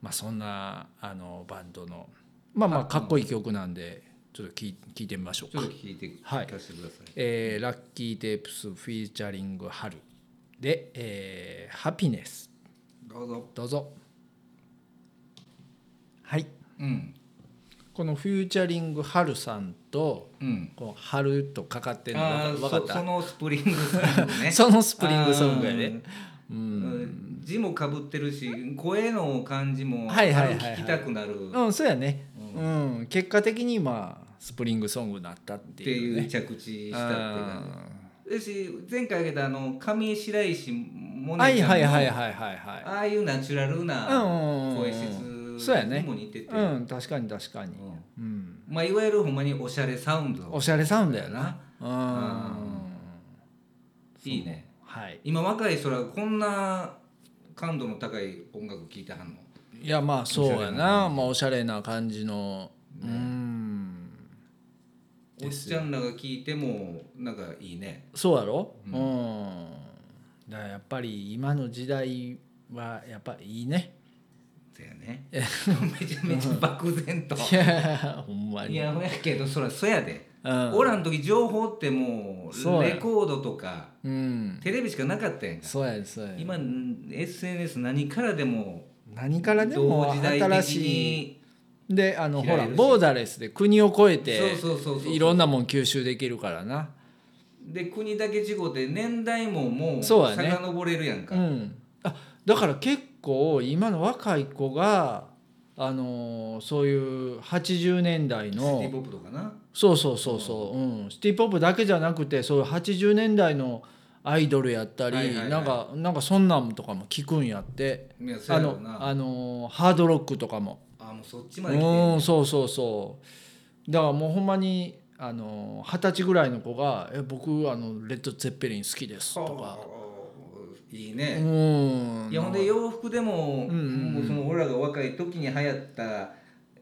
Speaker 2: まあそんなあのバンドのまあまあかっこいい曲なんでちょっと聞い聞いてみましょう
Speaker 1: ちょっ
Speaker 2: か
Speaker 1: と、聞いて聞
Speaker 2: はい
Speaker 1: かせてください
Speaker 2: えーラッキーテープスフィーチャリング春で、えーハピネス
Speaker 1: どうぞ
Speaker 2: どうぞはい
Speaker 1: うん
Speaker 2: このフューチャリング春さんと
Speaker 1: うん
Speaker 2: この春とかかってるの
Speaker 1: あ
Speaker 2: が
Speaker 1: あ
Speaker 2: 分かっ
Speaker 1: そ
Speaker 2: た
Speaker 1: そのスプリングソングね
Speaker 2: そのスプリングソングや
Speaker 1: あ
Speaker 2: ね
Speaker 1: ーうん字もかぶってるし声の感じも
Speaker 2: はいはいはいはい
Speaker 1: 聞きたくなるっ
Speaker 2: うんそうやね、うん結果的にまあスプリングソングになったって
Speaker 1: て
Speaker 2: いう
Speaker 1: い
Speaker 2: ね
Speaker 1: う着地したって感じ
Speaker 2: あ
Speaker 1: だし前回あげたあの上白石萌
Speaker 2: ー
Speaker 1: 音
Speaker 2: は
Speaker 1: ち
Speaker 2: い
Speaker 1: ゃんの
Speaker 2: はいはいはいはいは
Speaker 1: ああいうナチュラルな
Speaker 2: うんうんうん
Speaker 1: 声質
Speaker 2: そうやね
Speaker 1: にも似て
Speaker 2: い
Speaker 1: て、
Speaker 2: うん確かに確かに
Speaker 1: うん
Speaker 2: うん
Speaker 1: まあ、いわゆるほんまにおしゃれサウンド
Speaker 2: おしゃれサウンドやなうん
Speaker 1: いいね
Speaker 2: はい
Speaker 1: 今若い人らこんな感度の高い音楽聴いてはんの
Speaker 2: いやまあそうやなまあおしゃれな感じのうん
Speaker 1: おっちゃんらが聴いてもなんかいいね
Speaker 2: そうやろうんだからやっぱり今の時代はやっぱいい ね
Speaker 1: だよねめち ゃめちゃ漠然と
Speaker 2: いやほんま
Speaker 1: い
Speaker 2: に
Speaker 1: やほやけどそらそやで、
Speaker 2: うん
Speaker 1: 俺らの時情報っても
Speaker 2: そううや
Speaker 1: レコードとか
Speaker 2: うん
Speaker 1: テレビしかなかったやんか
Speaker 2: そうやそうや
Speaker 1: 今ん SNS 何からでも
Speaker 2: 何からで
Speaker 1: 同
Speaker 2: も
Speaker 1: 時代的
Speaker 2: 新しい
Speaker 1: に
Speaker 2: であの
Speaker 1: 開
Speaker 2: ほ
Speaker 1: ける
Speaker 2: ら
Speaker 1: し
Speaker 2: ボーダーレスで国を越えて
Speaker 1: そうそうそうそう
Speaker 2: いろんなもん吸収できるからな
Speaker 1: で国だけ違うて年代ももう
Speaker 2: そうやね
Speaker 1: 遡れるやんか
Speaker 2: うんあだから結構今の若い子があのーそういう80年代
Speaker 1: シティ・ポ
Speaker 2: の
Speaker 1: ップとかな
Speaker 2: そうそうそうそう、うん、シティ・ポップだけじゃなくてそういう80年代のアイドルやったり、
Speaker 1: はいはいはい
Speaker 2: なんかなんかそんなんとかも聞くんやって
Speaker 1: いやそう
Speaker 2: あ
Speaker 1: やろ
Speaker 2: の
Speaker 1: うな
Speaker 2: あのーハードロックとかも
Speaker 1: あもうそっちまで来てん
Speaker 2: うんそうそうそうだからもうほんまにあの二十歳ぐらいの子が「え僕あのレッド・ゼッペリン好きです」とか
Speaker 1: そういいうね、
Speaker 2: ん
Speaker 1: いやほんで洋服でも,、
Speaker 2: うんうんうん
Speaker 1: もうその俺らが若い時に流行った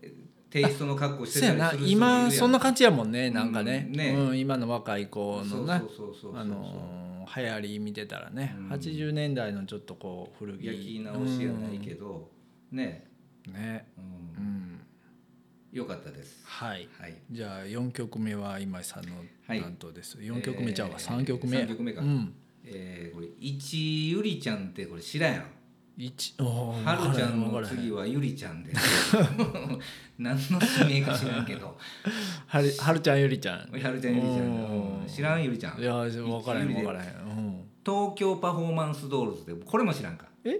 Speaker 1: えテイストの格好して
Speaker 2: そ
Speaker 1: た
Speaker 2: うや
Speaker 1: り
Speaker 2: な
Speaker 1: する人もいるや
Speaker 2: 今そんな感じやもんねなんか
Speaker 1: う
Speaker 2: ね,、うんん
Speaker 1: ね
Speaker 2: 今の若い子のな
Speaker 1: そうそうそうそうそう
Speaker 2: あのー流行り見てたらね、
Speaker 1: うん
Speaker 2: 80年代のちょっとこう古着
Speaker 1: 焼き直しやないけど、ね、
Speaker 2: うんね
Speaker 1: う、
Speaker 2: うんん
Speaker 1: よかったです
Speaker 2: はい
Speaker 1: はい
Speaker 2: じゃあ4曲目は今井さんの
Speaker 1: はい
Speaker 2: 担当です、四4曲目ちゃ
Speaker 1: え
Speaker 2: う
Speaker 1: ー
Speaker 2: わ3曲目
Speaker 1: 三曲目か
Speaker 2: うん、
Speaker 1: えー、これ一ゆりちゃんってこれ知らんやろ
Speaker 2: 一おー
Speaker 1: はるちゃん
Speaker 2: わか
Speaker 1: の
Speaker 2: らへん
Speaker 1: 次はゆりちゃ んで何の指名か知らんけど
Speaker 2: はるはるちゃんゆりちゃん。
Speaker 1: はるちゃんゆりちゃんだ
Speaker 2: うん
Speaker 1: うん知らんゆりちゃん
Speaker 2: いや分からへ
Speaker 1: ゆり
Speaker 2: ん
Speaker 1: で
Speaker 2: 分からへん。うん、
Speaker 1: 東京パフォーマンスドールズでこれも知らんか
Speaker 2: え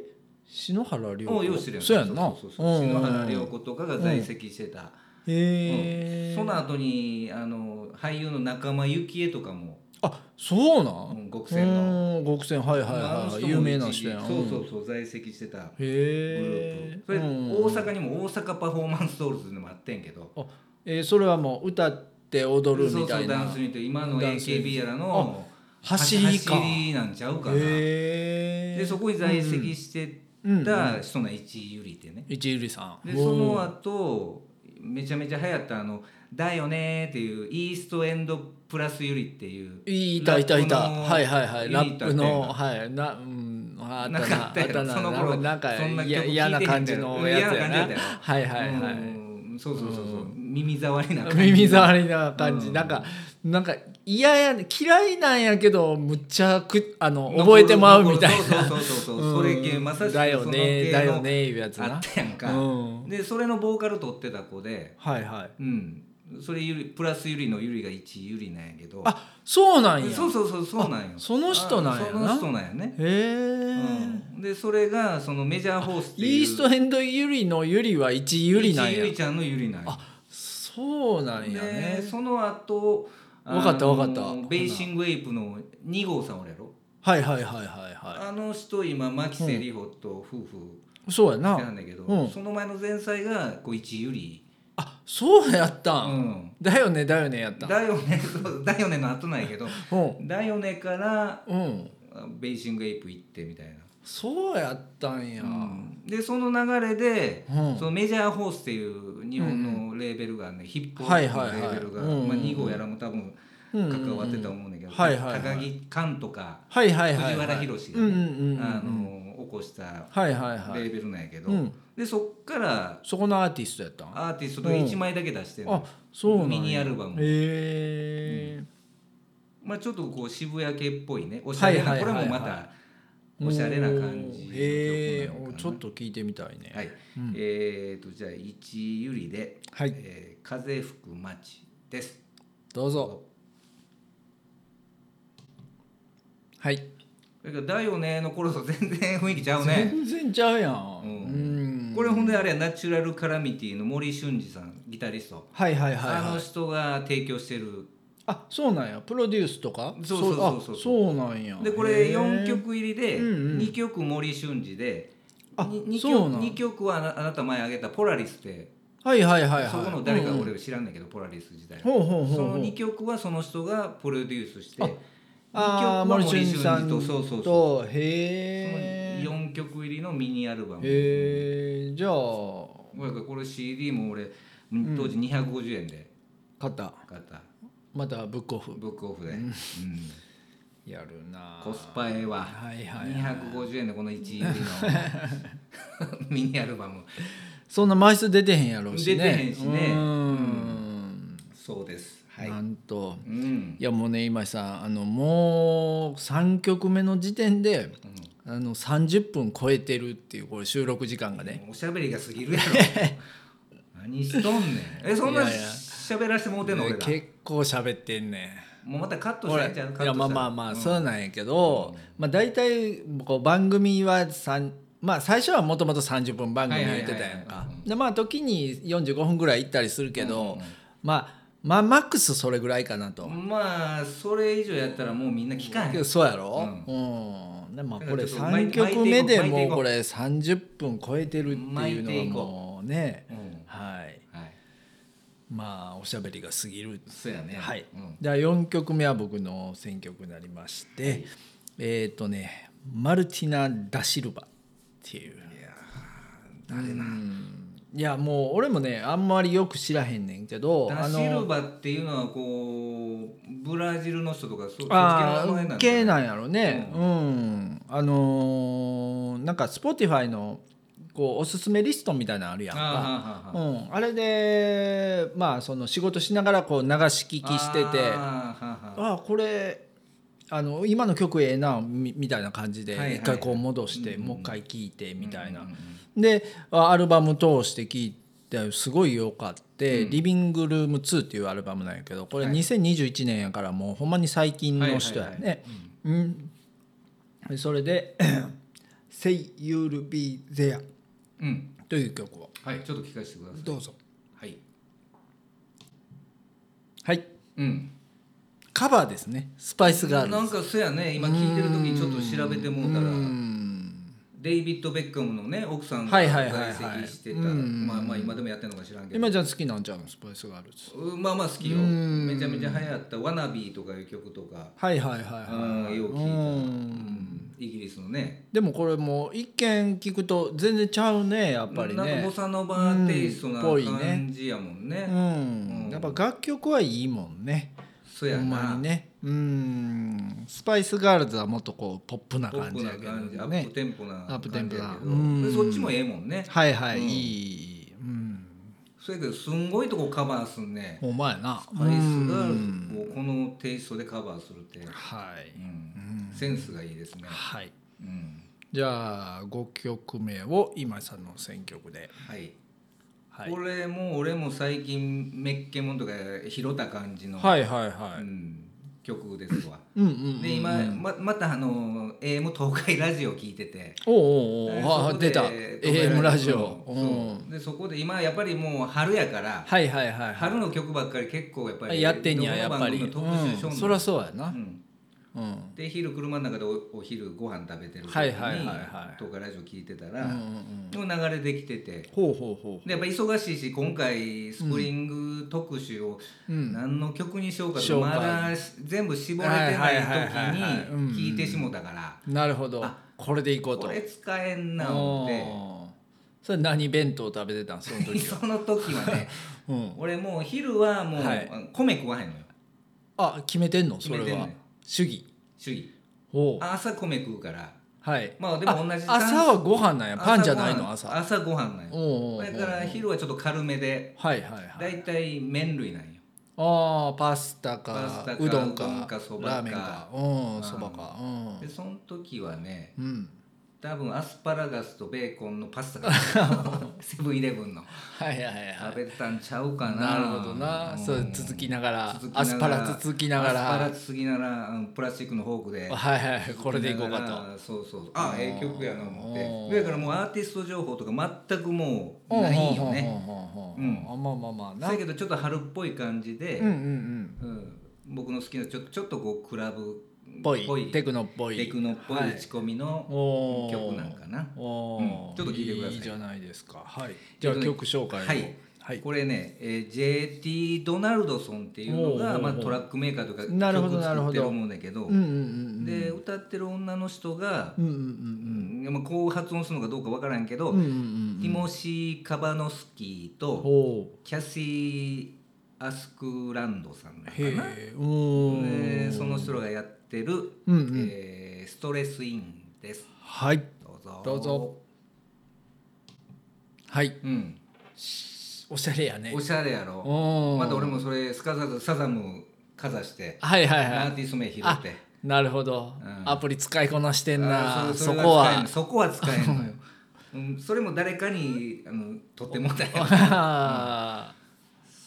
Speaker 2: 篠原涼
Speaker 1: お
Speaker 2: 子。
Speaker 1: うよう知る
Speaker 2: そうやんな。
Speaker 1: そうそうそう篠原涼
Speaker 2: 子。
Speaker 1: 子とかが在籍してた、
Speaker 2: へえ、
Speaker 1: その後にあの俳優の仲間由紀恵とかも
Speaker 2: あそうな。
Speaker 1: うんん極戦の
Speaker 2: うん極戦はいはい
Speaker 1: まああの
Speaker 2: は
Speaker 1: 人
Speaker 2: い。
Speaker 1: も
Speaker 2: 有名な
Speaker 1: 一
Speaker 2: 人
Speaker 1: 時
Speaker 2: やん。
Speaker 1: そうそ
Speaker 2: ん
Speaker 1: うそう在籍してた
Speaker 2: へ
Speaker 1: グルー
Speaker 2: え
Speaker 1: プ。それ大
Speaker 2: うん
Speaker 1: 阪にも大阪パフォーマンスドールズでもあってんけど
Speaker 2: あえーそれはもう歌って踊る
Speaker 1: そ
Speaker 2: み
Speaker 1: う
Speaker 2: た
Speaker 1: そ
Speaker 2: いう
Speaker 1: ダ
Speaker 2: な。
Speaker 1: ンスにと今の
Speaker 2: ダンス
Speaker 1: AKB やらの
Speaker 2: 走りか。
Speaker 1: 走りなんちゃうかな
Speaker 2: へえ。
Speaker 1: でそこに在籍して
Speaker 2: うん
Speaker 1: た人の一位ゆりってね
Speaker 2: 一ゆりさん。
Speaker 1: でその後めちゃめちゃ流行ったあのだよね」っていうイーストエンドプラスユリっていう
Speaker 2: いたいたいた
Speaker 1: ラップの
Speaker 2: はいはいはいラップの
Speaker 1: ユニット
Speaker 2: はいなうんああった
Speaker 1: なか
Speaker 2: な
Speaker 1: ったやろ
Speaker 2: あっ
Speaker 1: その頃
Speaker 2: なんか
Speaker 1: そんな曲
Speaker 2: いや
Speaker 1: 聞いて
Speaker 2: 嫌な感じ
Speaker 1: へん
Speaker 2: の
Speaker 1: だよ
Speaker 2: やつや
Speaker 1: 嫌な感
Speaker 2: な
Speaker 1: じやったよ
Speaker 2: はいはいは
Speaker 1: うんそうそうそうそう、耳障りない感じ
Speaker 2: 耳障りな感じ、
Speaker 1: うん
Speaker 2: なんかなんか嫌や嫌いなんやけどむっちゃくあの覚えてまうみたいな
Speaker 1: そうそうそうそうそう、それ系
Speaker 2: うん
Speaker 1: まさしくそ
Speaker 2: だよ
Speaker 1: の系
Speaker 2: ね
Speaker 1: の
Speaker 2: だよねいうやつ
Speaker 1: あ
Speaker 2: な
Speaker 1: ったやんか、
Speaker 2: うん
Speaker 1: でそれのボーカル取ってた子で
Speaker 2: はいはい
Speaker 1: うんそれゆりプラスゆりのゆりが1ゆりなんやけど
Speaker 2: あそうなんや
Speaker 1: そうそうそうそうなんよ
Speaker 2: あその人なんやな
Speaker 1: あその人なんやね、
Speaker 2: へえ、
Speaker 1: うん、でそれがそのメジャーホースっていう
Speaker 2: イーストエンドユリのユリは一ユリなん
Speaker 1: 一ゆ
Speaker 2: や
Speaker 1: りちゃんのゆりなんや
Speaker 2: そうなんやね
Speaker 1: でその後あの
Speaker 2: わかったわかった
Speaker 1: ベーシングウェイプの2号さんおるやろ、
Speaker 2: はいはいはいはいは
Speaker 1: あの人今牧瀬里穂と夫婦
Speaker 2: いそうや
Speaker 1: なん
Speaker 2: な
Speaker 1: だけど、
Speaker 2: うん
Speaker 1: その前の前妻がこう一ゆり、
Speaker 2: あそうやっ
Speaker 1: う
Speaker 2: たん、
Speaker 1: ん、
Speaker 2: だよねだよねやったん
Speaker 1: だよね そうだよねの後なんやけど
Speaker 2: うん
Speaker 1: だよねから
Speaker 2: うん
Speaker 1: ベーシングエイプ行ってみたいな、
Speaker 2: そうやったんや、
Speaker 1: でその流れで、
Speaker 2: うん
Speaker 1: そのメジャーホースっていう日本のレーベルがね、ヒップホ
Speaker 2: は
Speaker 1: ッ
Speaker 2: い
Speaker 1: プの
Speaker 2: はい
Speaker 1: レ
Speaker 2: はい
Speaker 1: ーベルが、
Speaker 2: うん
Speaker 1: まあ、2号やらも多分
Speaker 2: うん
Speaker 1: 関わってたと思うんだけど、
Speaker 2: うんはいはいはい
Speaker 1: 高木寛とか
Speaker 2: はいはい
Speaker 1: 藤
Speaker 2: はいはい
Speaker 1: 原宏が
Speaker 2: うん
Speaker 1: ね、
Speaker 2: うんうんうん
Speaker 1: あの起こした
Speaker 2: はいはいは
Speaker 1: レ
Speaker 2: い
Speaker 1: ーベルなんやけど、
Speaker 2: うん
Speaker 1: でそっから
Speaker 2: そこのアーティストやったん
Speaker 1: アーティストとか1枚だけ出してるの、
Speaker 2: あそうなんや
Speaker 1: ミニアルバム
Speaker 2: へえ
Speaker 1: まあ、ちょっとこう渋谷系っぽいねおしゃれな、
Speaker 2: はいはいはいはい
Speaker 1: これもまたおしゃれな感じの曲なのかな
Speaker 2: へえちょっと聞いてみたいね
Speaker 1: はい、
Speaker 2: うん
Speaker 1: えー、とじゃあ一ゆりで、
Speaker 2: はい
Speaker 1: えー風吹く街です。
Speaker 2: どうぞはい
Speaker 1: だからだよねの頃と 全然雰囲気ちゃうね。
Speaker 2: 全然ちゃうやん
Speaker 1: う
Speaker 2: うん
Speaker 1: これほんであれやナチュラルカラミティの森俊二さんギタリスト、
Speaker 2: はいはいはい
Speaker 1: あ
Speaker 2: は
Speaker 1: の
Speaker 2: い
Speaker 1: 人が提供してる
Speaker 2: あそうなんやプロデュースとか
Speaker 1: そうそうそうそう
Speaker 2: あそうなんや
Speaker 1: でこ
Speaker 2: へ
Speaker 1: れ
Speaker 2: え
Speaker 1: 4曲入りで
Speaker 2: うんうん
Speaker 1: 2曲森俊二で、
Speaker 2: あ
Speaker 1: に二
Speaker 2: そうな
Speaker 1: 曲
Speaker 2: ん
Speaker 1: 二曲はあなあなた前あげた「ポラリス」って、
Speaker 2: はいはいはいはい
Speaker 1: そこの誰か
Speaker 2: うん
Speaker 1: 俺知らんねんけど、ポラリス時代
Speaker 2: ほうほうほう
Speaker 1: そ
Speaker 2: ほ
Speaker 1: の
Speaker 2: う
Speaker 1: 2曲はその人がプロデュースして
Speaker 2: あ
Speaker 1: 2曲
Speaker 2: あ
Speaker 1: は
Speaker 2: あ
Speaker 1: 森
Speaker 2: 森
Speaker 1: 俊
Speaker 2: 俊
Speaker 1: 二
Speaker 2: 二さん
Speaker 1: と
Speaker 2: と
Speaker 1: そうそうそう
Speaker 2: そうへえ
Speaker 1: 4曲入りのミニアルバム
Speaker 2: へえじゃあ
Speaker 1: だからこれ CD も俺当時250円で
Speaker 2: 買った
Speaker 1: 買った、
Speaker 2: またブックオフ
Speaker 1: ブックオフで、うん
Speaker 2: やるな
Speaker 1: コスパええわ
Speaker 2: はいはいはい
Speaker 1: 250円でこの1入りの ミニアルバム
Speaker 2: そんな枚数出てへんやろうしね
Speaker 1: 出てへんしね
Speaker 2: うーん
Speaker 1: そうですはい、
Speaker 2: なんと
Speaker 1: うん
Speaker 2: いやもうね今井さんあのもう3曲目の時点であの30分超えてるっていうこれ収録時間がね
Speaker 1: おしゃべりが過ぎる やろ何しとんねんえそんない
Speaker 2: やいや
Speaker 1: 喋らせてもうてんの俺ら
Speaker 2: 結構喋ってんね
Speaker 1: もうまたカット
Speaker 2: ほ
Speaker 1: した
Speaker 2: らい
Speaker 1: んちゃうカッ
Speaker 2: や
Speaker 1: トした
Speaker 2: まあまあまあそうなんやけど、まあ大体こう番組は三まあ最初はもともと30分番組やってたやん
Speaker 1: はいはいはい
Speaker 2: か
Speaker 1: はいう
Speaker 2: でまあ時に45分ぐらい行ったりするけど、
Speaker 1: うんうんうん
Speaker 2: まあまあマックスそれぐらいかなと、
Speaker 1: まあそれ以上やったらもうみんな聞かへん
Speaker 2: けどそうやろ、うんでまあこれ
Speaker 1: だからちょっ
Speaker 2: 3
Speaker 1: と巻い
Speaker 2: 曲目で
Speaker 1: 巻いていこう
Speaker 2: もうこれ30分超えてるっていうのはもうね
Speaker 1: うん
Speaker 2: はい
Speaker 1: はい
Speaker 2: まあおしゃべりが過ぎる
Speaker 1: そうやね
Speaker 2: はい
Speaker 1: うん
Speaker 2: では4曲目は僕の選曲になりまして、えっ、とねマルティナ・ダ・シルバっていう
Speaker 1: 誰な、
Speaker 2: いやもう俺もねあんまりよく知らへんねんけど
Speaker 1: ダ
Speaker 2: あ
Speaker 1: シル
Speaker 2: の
Speaker 1: バっていうのはこうブラジルの人とかそう
Speaker 2: あ
Speaker 1: そっち系の名前なん
Speaker 2: ー
Speaker 1: だ
Speaker 2: 系
Speaker 1: ね
Speaker 2: なんやろねうん、あのーなんか Spotify のこうおすすめリストみたいなのあるやんか
Speaker 1: あーはーはー
Speaker 2: う
Speaker 1: はー
Speaker 2: ん、あれでまあその仕事しながらこう流し聞きしてて
Speaker 1: あーはーはー
Speaker 2: あこれあの今の曲ええなみみたいな感じで
Speaker 1: はいはい
Speaker 2: 一回こう戻して、もう一回聴いてみたいな、
Speaker 1: うんうん
Speaker 2: であアルバム通して聴いてすごい良かって、リビングルーム2」っていうアルバムなんやけどこれ
Speaker 1: はい
Speaker 2: 2021年やからもうほんまに最近の人やね、
Speaker 1: はいはいは
Speaker 2: うんでそれで 「Say You'll Be There
Speaker 1: うんうん」
Speaker 2: という曲を
Speaker 1: はいちょっと聞かせてください
Speaker 2: どうぞ
Speaker 1: はい
Speaker 2: はい
Speaker 1: うん
Speaker 2: カバーですねスパイスガールズ
Speaker 1: なんかそうやね今聞いてる時にちょっと調べてもうたらデイビッド・ベッカムのね奥さんが
Speaker 2: はい
Speaker 1: 在
Speaker 2: はいはいはい
Speaker 1: 籍してた
Speaker 2: うん
Speaker 1: まあまあ今でもやってるのか知らんけど
Speaker 2: 今ちゃん好きなんちゃうんスパイスガールズ
Speaker 1: うんまあまあ好きよ
Speaker 2: うん
Speaker 1: めちゃめちゃ流行った「ワナビー」とかいう曲とか
Speaker 2: はいはいはいは
Speaker 1: う
Speaker 2: い
Speaker 1: んよう聞いた
Speaker 2: うん
Speaker 1: イギリスのね
Speaker 2: でもこれも一見聞くと全然ちゃうねやっぱり
Speaker 1: なんか
Speaker 2: ね
Speaker 1: ボサノバテイストな
Speaker 2: うんぽいね
Speaker 1: 感じやもんね,、
Speaker 2: うん、
Speaker 1: うん
Speaker 2: やっぱ楽曲はいいもんね
Speaker 1: そうや
Speaker 2: ほんま
Speaker 1: な、
Speaker 2: にねうんスパイスガールズはもっとこうポップな
Speaker 1: ポッ
Speaker 2: 感
Speaker 1: プ
Speaker 2: じ
Speaker 1: な
Speaker 2: やけど
Speaker 1: 感じ、アッ
Speaker 2: ね
Speaker 1: プテンポな
Speaker 2: アップテンポな
Speaker 1: 感じや
Speaker 2: うん
Speaker 1: けどそっちもええもんね
Speaker 2: はいはい、
Speaker 1: うん
Speaker 2: いい、うん、
Speaker 1: そうやけどすんごいとこカバーすんね
Speaker 2: ほんまやな
Speaker 1: スパイスガ
Speaker 2: うん
Speaker 1: ールズをこのテイストでカバーするって、
Speaker 2: はい、
Speaker 1: うん、センスがいいですね、
Speaker 2: はい
Speaker 1: うん、
Speaker 2: じゃあ5曲目を今井さんの選曲で、
Speaker 1: はい
Speaker 2: はい、
Speaker 1: これも俺も最近メッケモンとか拾った感じの、
Speaker 2: はいはいは
Speaker 1: う
Speaker 2: い、
Speaker 1: ん、曲ですわ。
Speaker 2: うん、うんうんうん
Speaker 1: で今ままたあの AM 東海ラジオ聞いてて。
Speaker 2: おうおうおう
Speaker 1: えー
Speaker 2: あ
Speaker 1: そこで
Speaker 2: 出た
Speaker 1: 東海
Speaker 2: AM ラジオ
Speaker 1: そう
Speaker 2: うん
Speaker 1: そうでそこで今やっぱりもう春やから、
Speaker 2: はいはいはいは
Speaker 1: 春の曲ばっかり結構やっぱ
Speaker 2: い
Speaker 1: り
Speaker 2: やってんややっぱり、
Speaker 1: どこの番組も
Speaker 2: う
Speaker 1: 特
Speaker 2: ん、
Speaker 1: 集し
Speaker 2: そ
Speaker 1: よ
Speaker 2: り
Speaker 1: う
Speaker 2: ゃそうや
Speaker 1: う
Speaker 2: な、
Speaker 1: ん
Speaker 2: うん
Speaker 1: で昼車の中でおお昼ご飯食べてる時に、
Speaker 2: はいはいはいはい
Speaker 1: 東海ラジオ聞いてた
Speaker 2: う
Speaker 1: ら、
Speaker 2: んうんうん、
Speaker 1: の流れできてて
Speaker 2: ほうほうほう
Speaker 1: でやっぱ忙しいし今回スプリング特集を
Speaker 2: うん
Speaker 1: 何の曲にしようかと
Speaker 2: 紹
Speaker 1: ま
Speaker 2: 介
Speaker 1: だ全部絞れてない
Speaker 2: はいはいはいはい
Speaker 1: 時
Speaker 2: はいうん
Speaker 1: に聞いてしもたから
Speaker 2: なるほど
Speaker 1: あ
Speaker 2: これでいこうと
Speaker 1: これ使えんな思
Speaker 2: お
Speaker 1: っ
Speaker 2: ーそれ何弁当食べてたんその
Speaker 1: て
Speaker 2: 時は、
Speaker 1: その時はね
Speaker 2: うん、
Speaker 1: 俺もう昼はもう
Speaker 2: はい
Speaker 1: 米食わへんのよ
Speaker 2: あ決めてんのそれ
Speaker 1: 決めてん
Speaker 2: は
Speaker 1: ねん
Speaker 2: 主義
Speaker 1: 主義
Speaker 2: ほう
Speaker 1: 朝米食うから
Speaker 2: はい
Speaker 1: まあでも同じ
Speaker 2: あ朝はご飯なんやパンじゃないの
Speaker 1: 朝
Speaker 2: 朝
Speaker 1: ごはん朝ごはんなんよ
Speaker 2: おうおうおう
Speaker 1: だから昼はちょっと軽めで
Speaker 2: はいはいはい
Speaker 1: 大体麺類なんよ
Speaker 2: ああパスタか
Speaker 1: パスタか
Speaker 2: うどんか
Speaker 1: うどんかそばか
Speaker 2: ラーメンかうん
Speaker 1: ん
Speaker 2: そばか
Speaker 1: でその時はね
Speaker 2: うん、うん、
Speaker 1: 多分アスパラガスとベーコンのパ スタかなセブンイレブンの
Speaker 2: はいはいは
Speaker 1: 食
Speaker 2: い
Speaker 1: べたんちゃうか
Speaker 2: な
Speaker 1: な
Speaker 2: るほどな、
Speaker 1: ん
Speaker 2: そう続きながら
Speaker 1: 続きながら
Speaker 2: アスパラ続きながら
Speaker 1: アスパラ続きながらうんプラスチックのフォークで
Speaker 2: はいはい これでいこうかと
Speaker 1: そうそうそうあええ曲やな思
Speaker 2: お
Speaker 1: っ
Speaker 2: ー
Speaker 1: てだからもうアーティスト情報とか全くもう
Speaker 2: うん
Speaker 1: ないよね
Speaker 2: うんうんうんうんあまあまあまあな
Speaker 1: だけどちょっと春っぽい感じで、
Speaker 2: うんうんうん
Speaker 1: うん僕の好きなちょっとちょっとこうクラブっ
Speaker 2: ぽい
Speaker 1: テ
Speaker 2: テ
Speaker 1: ク
Speaker 2: クノっぽい
Speaker 1: ノっぽい
Speaker 2: は
Speaker 1: 打ち込みの
Speaker 2: おー
Speaker 1: 曲なんかな、
Speaker 2: おー
Speaker 1: うんちょっと聞いてください
Speaker 2: いいじゃないですかはいじゃあ
Speaker 1: えっとね
Speaker 2: 曲紹介を
Speaker 1: はい
Speaker 2: はい
Speaker 1: これね、えー JT ドナルドソンっていうの
Speaker 2: おうおうお
Speaker 1: が、
Speaker 2: う
Speaker 1: まあ、トラックメーカーとか曲
Speaker 2: なるほど
Speaker 1: 作ってるもんだけど
Speaker 2: うんうんうん
Speaker 1: で歌ってる女の人が
Speaker 2: う、んうんうん
Speaker 1: うんまあ、こう発音するのかどうかわからんけど、
Speaker 2: うんうんうん
Speaker 1: ティモシー・カバノスキーと
Speaker 2: おう
Speaker 1: キャシー・アスクランドさんなの
Speaker 2: へ
Speaker 1: かな
Speaker 2: えお
Speaker 1: で
Speaker 2: ー
Speaker 1: その人がやってる、
Speaker 2: うんうん
Speaker 1: えーストレスインです
Speaker 2: はい
Speaker 1: どうぞ
Speaker 2: どうぞ、はい
Speaker 1: うん、
Speaker 2: おしゃれやね
Speaker 1: おしゃれやろ
Speaker 2: おー
Speaker 1: また俺もそれすかさずサザムかざして
Speaker 2: はいはいは
Speaker 1: ア
Speaker 2: い
Speaker 1: ーティスト名拾
Speaker 2: あ
Speaker 1: って。
Speaker 2: なるほど、
Speaker 1: うん
Speaker 2: アプリ使いこなしてんな
Speaker 1: あー
Speaker 2: そ
Speaker 1: れ使え
Speaker 2: こ
Speaker 1: ん
Speaker 2: は
Speaker 1: のそこは使えん のよ、うん、それも誰かにあの取ってもらった よ
Speaker 2: あ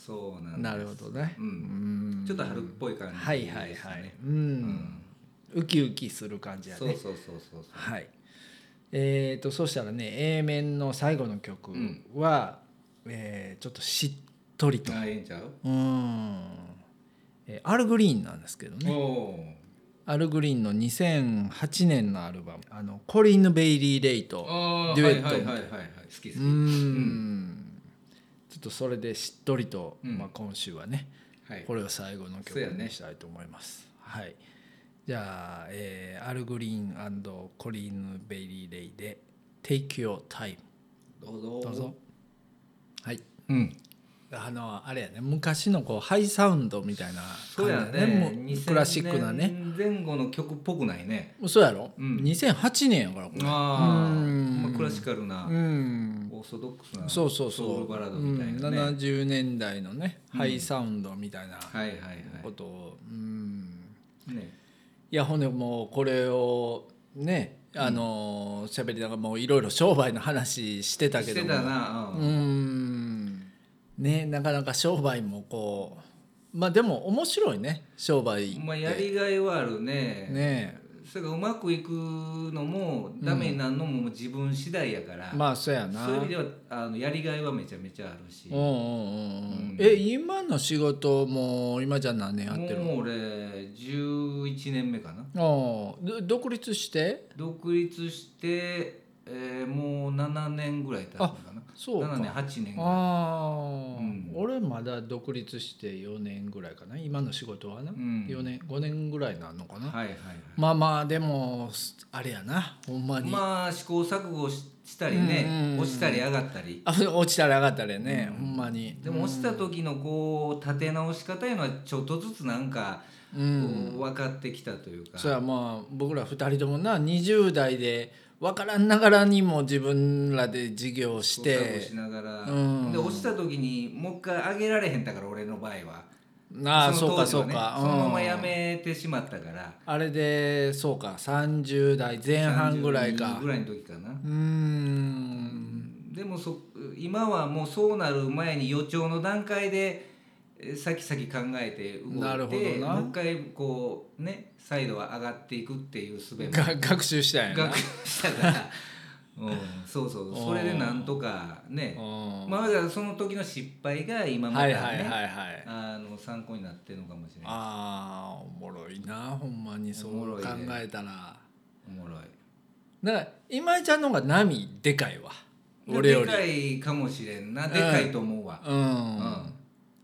Speaker 1: そうな
Speaker 2: ー
Speaker 1: んだ
Speaker 2: なるほどね、
Speaker 1: うん
Speaker 2: うん
Speaker 1: ちょっと春っぽい感じです、ね、
Speaker 2: はいはいはい、うん
Speaker 1: うん
Speaker 2: ウキウキする感じやね
Speaker 1: そうそうそうそうそう
Speaker 2: はいえー、とそうしたらね A 面の最後の曲
Speaker 1: ん
Speaker 2: は、えーちょっとしっとりと
Speaker 1: あええんちゃう、
Speaker 2: うーん、えーアル・グリーンなんですけどね
Speaker 1: おお
Speaker 2: アル・グリーンの2008年のアルバムあのコリン・ベイリー・レイと
Speaker 1: あ
Speaker 2: デ
Speaker 1: ー
Speaker 2: ュ
Speaker 1: は
Speaker 2: エ
Speaker 1: い
Speaker 2: ット
Speaker 1: は
Speaker 2: みたい
Speaker 1: い
Speaker 2: な
Speaker 1: はいはいはい好き好
Speaker 2: う
Speaker 1: き、
Speaker 2: ーんちょっとそれでしっとりと、
Speaker 1: うん
Speaker 2: まあ、今週はね
Speaker 1: はい
Speaker 2: これを最後の曲
Speaker 1: そうやね
Speaker 2: にしたいと思います。はい、じゃあ、えーアル・グリーンコリーヌ・ベイリー・レイで「Take Your Time
Speaker 1: どうぞ」
Speaker 2: どうぞ。はい
Speaker 1: うん
Speaker 2: あのあれやね昔のこうハイサウンドみたいな
Speaker 1: そ
Speaker 2: 感
Speaker 1: う
Speaker 2: じ
Speaker 1: や
Speaker 2: や
Speaker 1: ね
Speaker 2: ねもう
Speaker 1: 2000
Speaker 2: クラシックなね
Speaker 1: 年前後の曲っぽくないね
Speaker 2: 嘘やろ、
Speaker 1: うん
Speaker 2: 2008年やからこれ
Speaker 1: あ
Speaker 2: う
Speaker 1: ー、
Speaker 2: ん
Speaker 1: まあクラシカルな、
Speaker 2: うん
Speaker 1: オーソドックスな
Speaker 2: そうそうそう
Speaker 1: ソウルバラードみたいなね、
Speaker 2: うん
Speaker 1: はい
Speaker 2: 70年代のね、
Speaker 1: うん
Speaker 2: ハイサウンドみたいな
Speaker 1: はいは
Speaker 2: ことを、うん
Speaker 1: いね
Speaker 2: いやほんでもうこれをねあのー喋、りながらもういろいろ商売の話してたけ
Speaker 1: し
Speaker 2: ど
Speaker 1: て
Speaker 2: も
Speaker 1: たな、うん
Speaker 2: うんねなかなか商売もこうまあでも面白いね商売って
Speaker 1: まあ、やりがいはあるね
Speaker 2: ね
Speaker 1: それがうまくいくのもダメになるのも自分次第やから、
Speaker 2: まあそうやな
Speaker 1: そういう意味ではあのやりがいはめちゃめちゃあるし
Speaker 2: うんう
Speaker 1: も
Speaker 2: んうんうん
Speaker 1: うん
Speaker 2: え今の仕事も今じゃ何年やってるの
Speaker 1: う俺11年目かな
Speaker 2: ああど独立して
Speaker 1: 独立して、ええーもう7年ぐらい経つのかな
Speaker 2: そう
Speaker 1: 7年
Speaker 2: か
Speaker 1: 8年ぐらい
Speaker 2: ああ、
Speaker 1: うん
Speaker 2: 俺まだ独立して4年ぐらいかな今の仕事はな、
Speaker 1: ん
Speaker 2: 4年5年ぐらいなのかな、
Speaker 1: はいはい
Speaker 2: まあまあでもあれやなほんま
Speaker 1: はい
Speaker 2: に、
Speaker 1: まあ試行錯誤ししたりね、
Speaker 2: うんうん
Speaker 1: 落ちたり上がったり
Speaker 2: あ落ちたら上がったらやね、ほんまに
Speaker 1: でも落ちた時のこう立て直し方いうのはちょっとずつなんか、こう分かってきたというか
Speaker 2: それはまあ僕ら2人ともな20代で分からんながらにも自分らで事業し
Speaker 1: 試行錯誤
Speaker 2: て
Speaker 1: しながら、
Speaker 2: うん
Speaker 1: で落ちた時にもう一回上げられへんだから俺の場合は
Speaker 2: なあそうか
Speaker 1: 当
Speaker 2: そ
Speaker 1: 時は
Speaker 2: う
Speaker 1: ね
Speaker 2: か、
Speaker 1: そのまま
Speaker 2: うん
Speaker 1: やめてしまったから
Speaker 2: あれでそうか30代前半ぐらい
Speaker 1: 32
Speaker 2: か
Speaker 1: ぐらいの時かな
Speaker 2: うーん
Speaker 1: でもそ今はもうそうなる前に予兆の段階でえー先々考えて動
Speaker 2: なる
Speaker 1: い
Speaker 2: ほ
Speaker 1: て
Speaker 2: どな
Speaker 1: もう一回こうね再度は上がっていくっていう術も
Speaker 2: が学習したんやな
Speaker 1: 学した から、うん、そうそうそれでなんとかね
Speaker 2: うん
Speaker 1: まあだからその時の失敗が今また
Speaker 2: はい
Speaker 1: ね、
Speaker 2: はいはいはい
Speaker 1: あの参考になってるのかもしれない
Speaker 2: あーおもろいなほんまにそう
Speaker 1: おもろい
Speaker 2: 考
Speaker 1: ね
Speaker 2: えたら
Speaker 1: おもろい。
Speaker 2: だから今井ちゃんの方が波でかいわ俺よ
Speaker 1: で
Speaker 2: り
Speaker 1: かいかもしれんなでかいと思うわ、
Speaker 2: うん、
Speaker 1: ん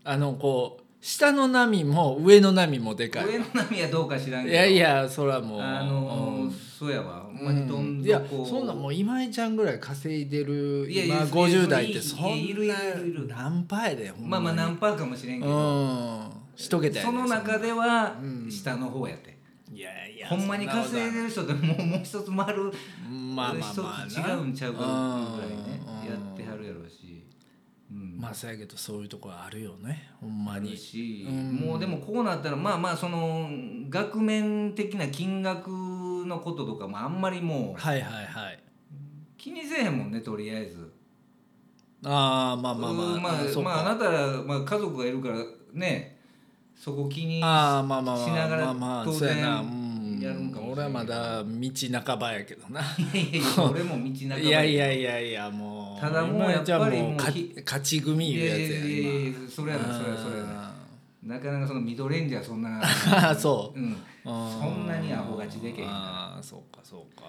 Speaker 2: あのこう下の波も上の波もでかい
Speaker 1: 上の波はどうか知らんけ
Speaker 2: い
Speaker 1: ど
Speaker 2: やいやそらもう
Speaker 1: あのー
Speaker 2: うん
Speaker 1: そうやわほん
Speaker 2: う
Speaker 1: まにどん
Speaker 2: んい
Speaker 1: ど
Speaker 2: や
Speaker 1: んこう、
Speaker 2: そんなもう今井ちゃんぐらい稼いでる
Speaker 1: いやい
Speaker 2: 今
Speaker 1: や
Speaker 2: 50代って
Speaker 1: い
Speaker 2: そん
Speaker 1: やいやいるい
Speaker 2: な
Speaker 1: るいる
Speaker 2: 何パーでほん
Speaker 1: まあまあ
Speaker 2: に
Speaker 1: 何パーかもしれんけど、
Speaker 2: うん一桁や
Speaker 1: そ
Speaker 2: で
Speaker 1: の中では下の方やって、
Speaker 2: いやいや
Speaker 1: ほんまに稼いでる人ってもうもう一つ丸
Speaker 2: まあまあまあ
Speaker 1: 一つ違
Speaker 2: な
Speaker 1: うんちゃうかぐらいね
Speaker 2: うん
Speaker 1: やってはるやろうし、うん、
Speaker 2: まあそうやけどそういうとこはあるよねほんま
Speaker 1: ある
Speaker 2: に
Speaker 1: し、もうでもこうなったらまあまあその額面的な金額のこととかもあんまりもう
Speaker 2: はいはいはい
Speaker 1: 気にせえへんもんねとりあえず。
Speaker 2: ああまあ
Speaker 1: ま
Speaker 2: ま
Speaker 1: あ
Speaker 2: あ
Speaker 1: ま
Speaker 2: ま
Speaker 1: あ
Speaker 2: あ
Speaker 1: まあ
Speaker 2: そうか
Speaker 1: あなたら、まあ、家族がいるからねそこ気に
Speaker 2: ああまあまあ
Speaker 1: しながら
Speaker 2: まあまあ
Speaker 1: 当然
Speaker 2: そうやなうん
Speaker 1: やるんかもしれんけど
Speaker 2: 俺はまだ道半ばやけどな
Speaker 1: いやいやいや俺も道半ば
Speaker 2: いやいやいやいやもう
Speaker 1: ただもう
Speaker 2: 今やっぱり
Speaker 1: やっぱりもう
Speaker 2: 勝
Speaker 1: ひ
Speaker 2: 勝ち組
Speaker 1: い
Speaker 2: いう
Speaker 1: や
Speaker 2: や
Speaker 1: いやいやい
Speaker 2: つ
Speaker 1: やそれやなそれやそれやななかなかそのミドレンジャーそん な、
Speaker 2: や今そう
Speaker 1: うん、
Speaker 2: そ
Speaker 1: そんなにアホ勝ちでけへんから
Speaker 2: ああそうかそうか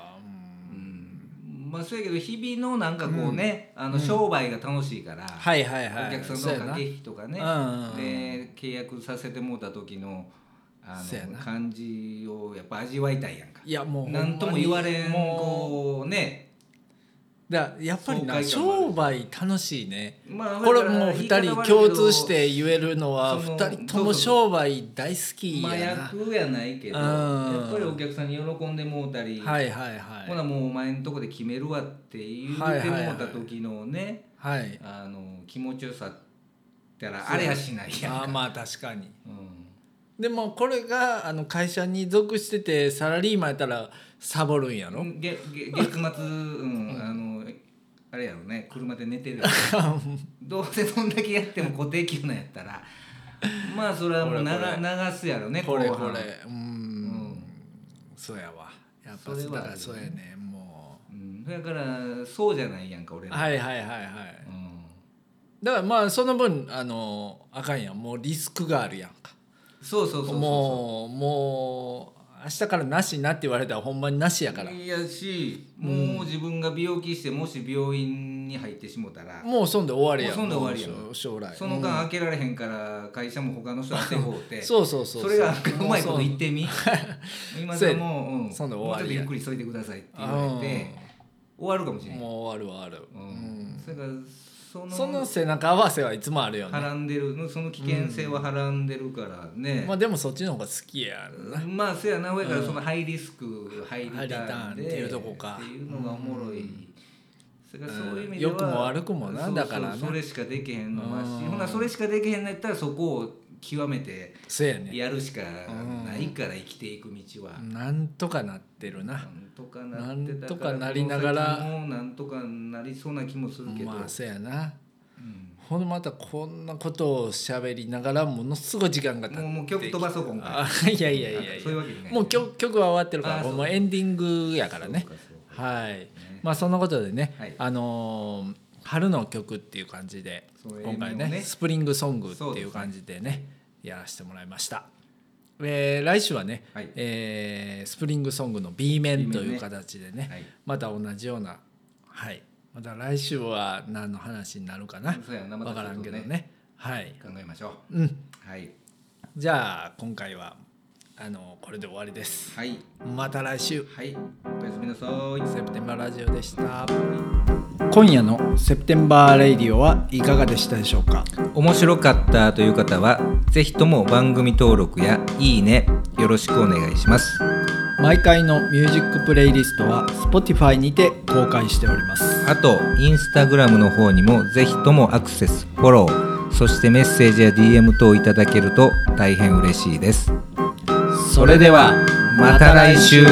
Speaker 2: うん
Speaker 1: うんまあそうやけど日々のなんかこうね、あの商売が楽しいから、
Speaker 2: はいはいはい
Speaker 1: お客さ
Speaker 2: そうんや
Speaker 1: と
Speaker 2: な
Speaker 1: の駆け引きとかね、
Speaker 2: うん
Speaker 1: で契約させてもうた時のあ
Speaker 2: そうや
Speaker 1: の
Speaker 2: な
Speaker 1: 感じをやっぱ味わいたいやんか
Speaker 2: いやもう
Speaker 1: なんとも言われん
Speaker 2: も
Speaker 1: こうね
Speaker 2: うだからやっぱりな
Speaker 1: 爽快感もある
Speaker 2: 商売楽しいね
Speaker 1: ま
Speaker 2: これもう2人共通してて言えるのは
Speaker 1: その
Speaker 2: 2人とも商売大好き
Speaker 1: 麻
Speaker 2: やな
Speaker 1: 薬やないけど
Speaker 2: うん
Speaker 1: やっぱりお客さんに喜んでもうたり、
Speaker 2: はいはいはい
Speaker 1: ほなもうお前んとこで決めるわって言う
Speaker 2: はい
Speaker 1: て
Speaker 2: はい
Speaker 1: も
Speaker 2: は
Speaker 1: う
Speaker 2: い
Speaker 1: た時のね、
Speaker 2: はい
Speaker 1: あの気持ちよさったらあれやしないやん
Speaker 2: あーまあ確かに
Speaker 1: うん
Speaker 2: でもこれがあの会社に属しててサラリーマンやったらサボるんやろ、
Speaker 1: げげ月末、うん、あのあれやろね車で寝てるやろ どうせそんだけやっても固定給なんやったらまあそれはもう流流すやろね
Speaker 2: これ
Speaker 1: 後
Speaker 2: こ
Speaker 1: 半
Speaker 2: れうん
Speaker 1: うん
Speaker 2: そうやわやっぱ
Speaker 1: それは
Speaker 2: だ
Speaker 1: あるよ
Speaker 2: から
Speaker 1: ね
Speaker 2: そうやねも
Speaker 1: うん、だからそうじゃないやんか俺
Speaker 2: う
Speaker 1: ら、
Speaker 2: はいはいはいはい
Speaker 1: うん、
Speaker 2: だからまあその分あのあかんやんもうリスクがあるやんか
Speaker 1: そうそうそうそう
Speaker 2: もうもう明日からなしになって言われたらほんまになしやから
Speaker 1: いやしもう自分が病気してもし病院に入ってしもたら、
Speaker 2: もうそんで終わりや
Speaker 1: もうそんで終わりやん
Speaker 2: もう将将来
Speaker 1: その間開けられへんから会社も他の人当てほうて
Speaker 2: そうそうそう
Speaker 1: それがうまいこと言
Speaker 2: っ
Speaker 1: ってみ今でもう、うん、
Speaker 2: そんで
Speaker 1: もうち
Speaker 2: 終
Speaker 1: ょ
Speaker 2: わ
Speaker 1: っと
Speaker 2: り
Speaker 1: ゆ
Speaker 2: や
Speaker 1: っくりしといてくださいって言われて終わるかもしれない、
Speaker 2: もう終わる終わる、
Speaker 1: うん、それからその
Speaker 2: その背中合わせはいつもあるよ
Speaker 1: は
Speaker 2: ね
Speaker 1: らんでるその危険性ははらんでるからね、
Speaker 2: まあでもそっちの方が好きやな
Speaker 1: まあせやな上からそのハイリスク、ハイリターンで
Speaker 2: ハイリターンっていうとこか
Speaker 1: っていうのがおもろい、それからそういう意味で
Speaker 2: う
Speaker 1: は、
Speaker 2: ん良くも悪くも
Speaker 1: そう
Speaker 2: な
Speaker 1: そう
Speaker 2: だからな
Speaker 1: それしかできへんのはし
Speaker 2: うん
Speaker 1: ほなそれしかできへんのやったらそこを極めて
Speaker 2: そうやね
Speaker 1: やるしかないから生きていく道は、
Speaker 2: なんとかなってる
Speaker 1: な
Speaker 2: なん
Speaker 1: とかなってた
Speaker 2: なんとかなりながら
Speaker 1: この先もなんとかなりそうな気もするけど、
Speaker 2: まあそうやな
Speaker 1: うん
Speaker 2: ほんでまたこんなことを喋りながらものすごい時間が経って
Speaker 1: もうもう曲飛ばそう今回
Speaker 2: あいやいやいやいや
Speaker 1: そういうわけじゃない
Speaker 2: もう曲曲は終わってるか
Speaker 1: あ
Speaker 2: ら
Speaker 1: そう
Speaker 2: もうエンディングやからね
Speaker 1: そうかそうか
Speaker 2: はい、まあそんなことでね、
Speaker 1: はい
Speaker 2: あのー春の曲っていう感じで
Speaker 1: そう
Speaker 2: 今回ね
Speaker 1: エンディングをね
Speaker 2: スプリングソングって
Speaker 1: そう
Speaker 2: い
Speaker 1: で
Speaker 2: う
Speaker 1: すね
Speaker 2: 感じでねやらせてもらいました、えー来週はね、
Speaker 1: はい
Speaker 2: えースプリングソングの B 面
Speaker 1: B
Speaker 2: と
Speaker 1: 面
Speaker 2: いう
Speaker 1: ね
Speaker 2: 形でね
Speaker 1: はい
Speaker 2: また同じようなはいまた来週は何の話になるかな
Speaker 1: そうやなまた
Speaker 2: 分からんけど
Speaker 1: ちょっと
Speaker 2: ねはい
Speaker 1: 考えましょう
Speaker 2: うん
Speaker 1: はい
Speaker 2: じゃあ今回はあのこれで終わりです
Speaker 1: はい
Speaker 2: また来週
Speaker 1: はいおやすみなさーい
Speaker 2: セプテンバーラジオでした今夜のセプテンバーレイディオはいかがでしたでしょうか
Speaker 1: 面白かったという方はぜひとも番組登録やいいねよろしくお願いします
Speaker 2: 毎回のミュージックプレイリストは Spotify にて公開しております
Speaker 1: あとインスタグラムの方にもぜひともアクセスフォローそしてメッセージや DM 等いただけると大変嬉しいです
Speaker 2: それでは
Speaker 1: また来週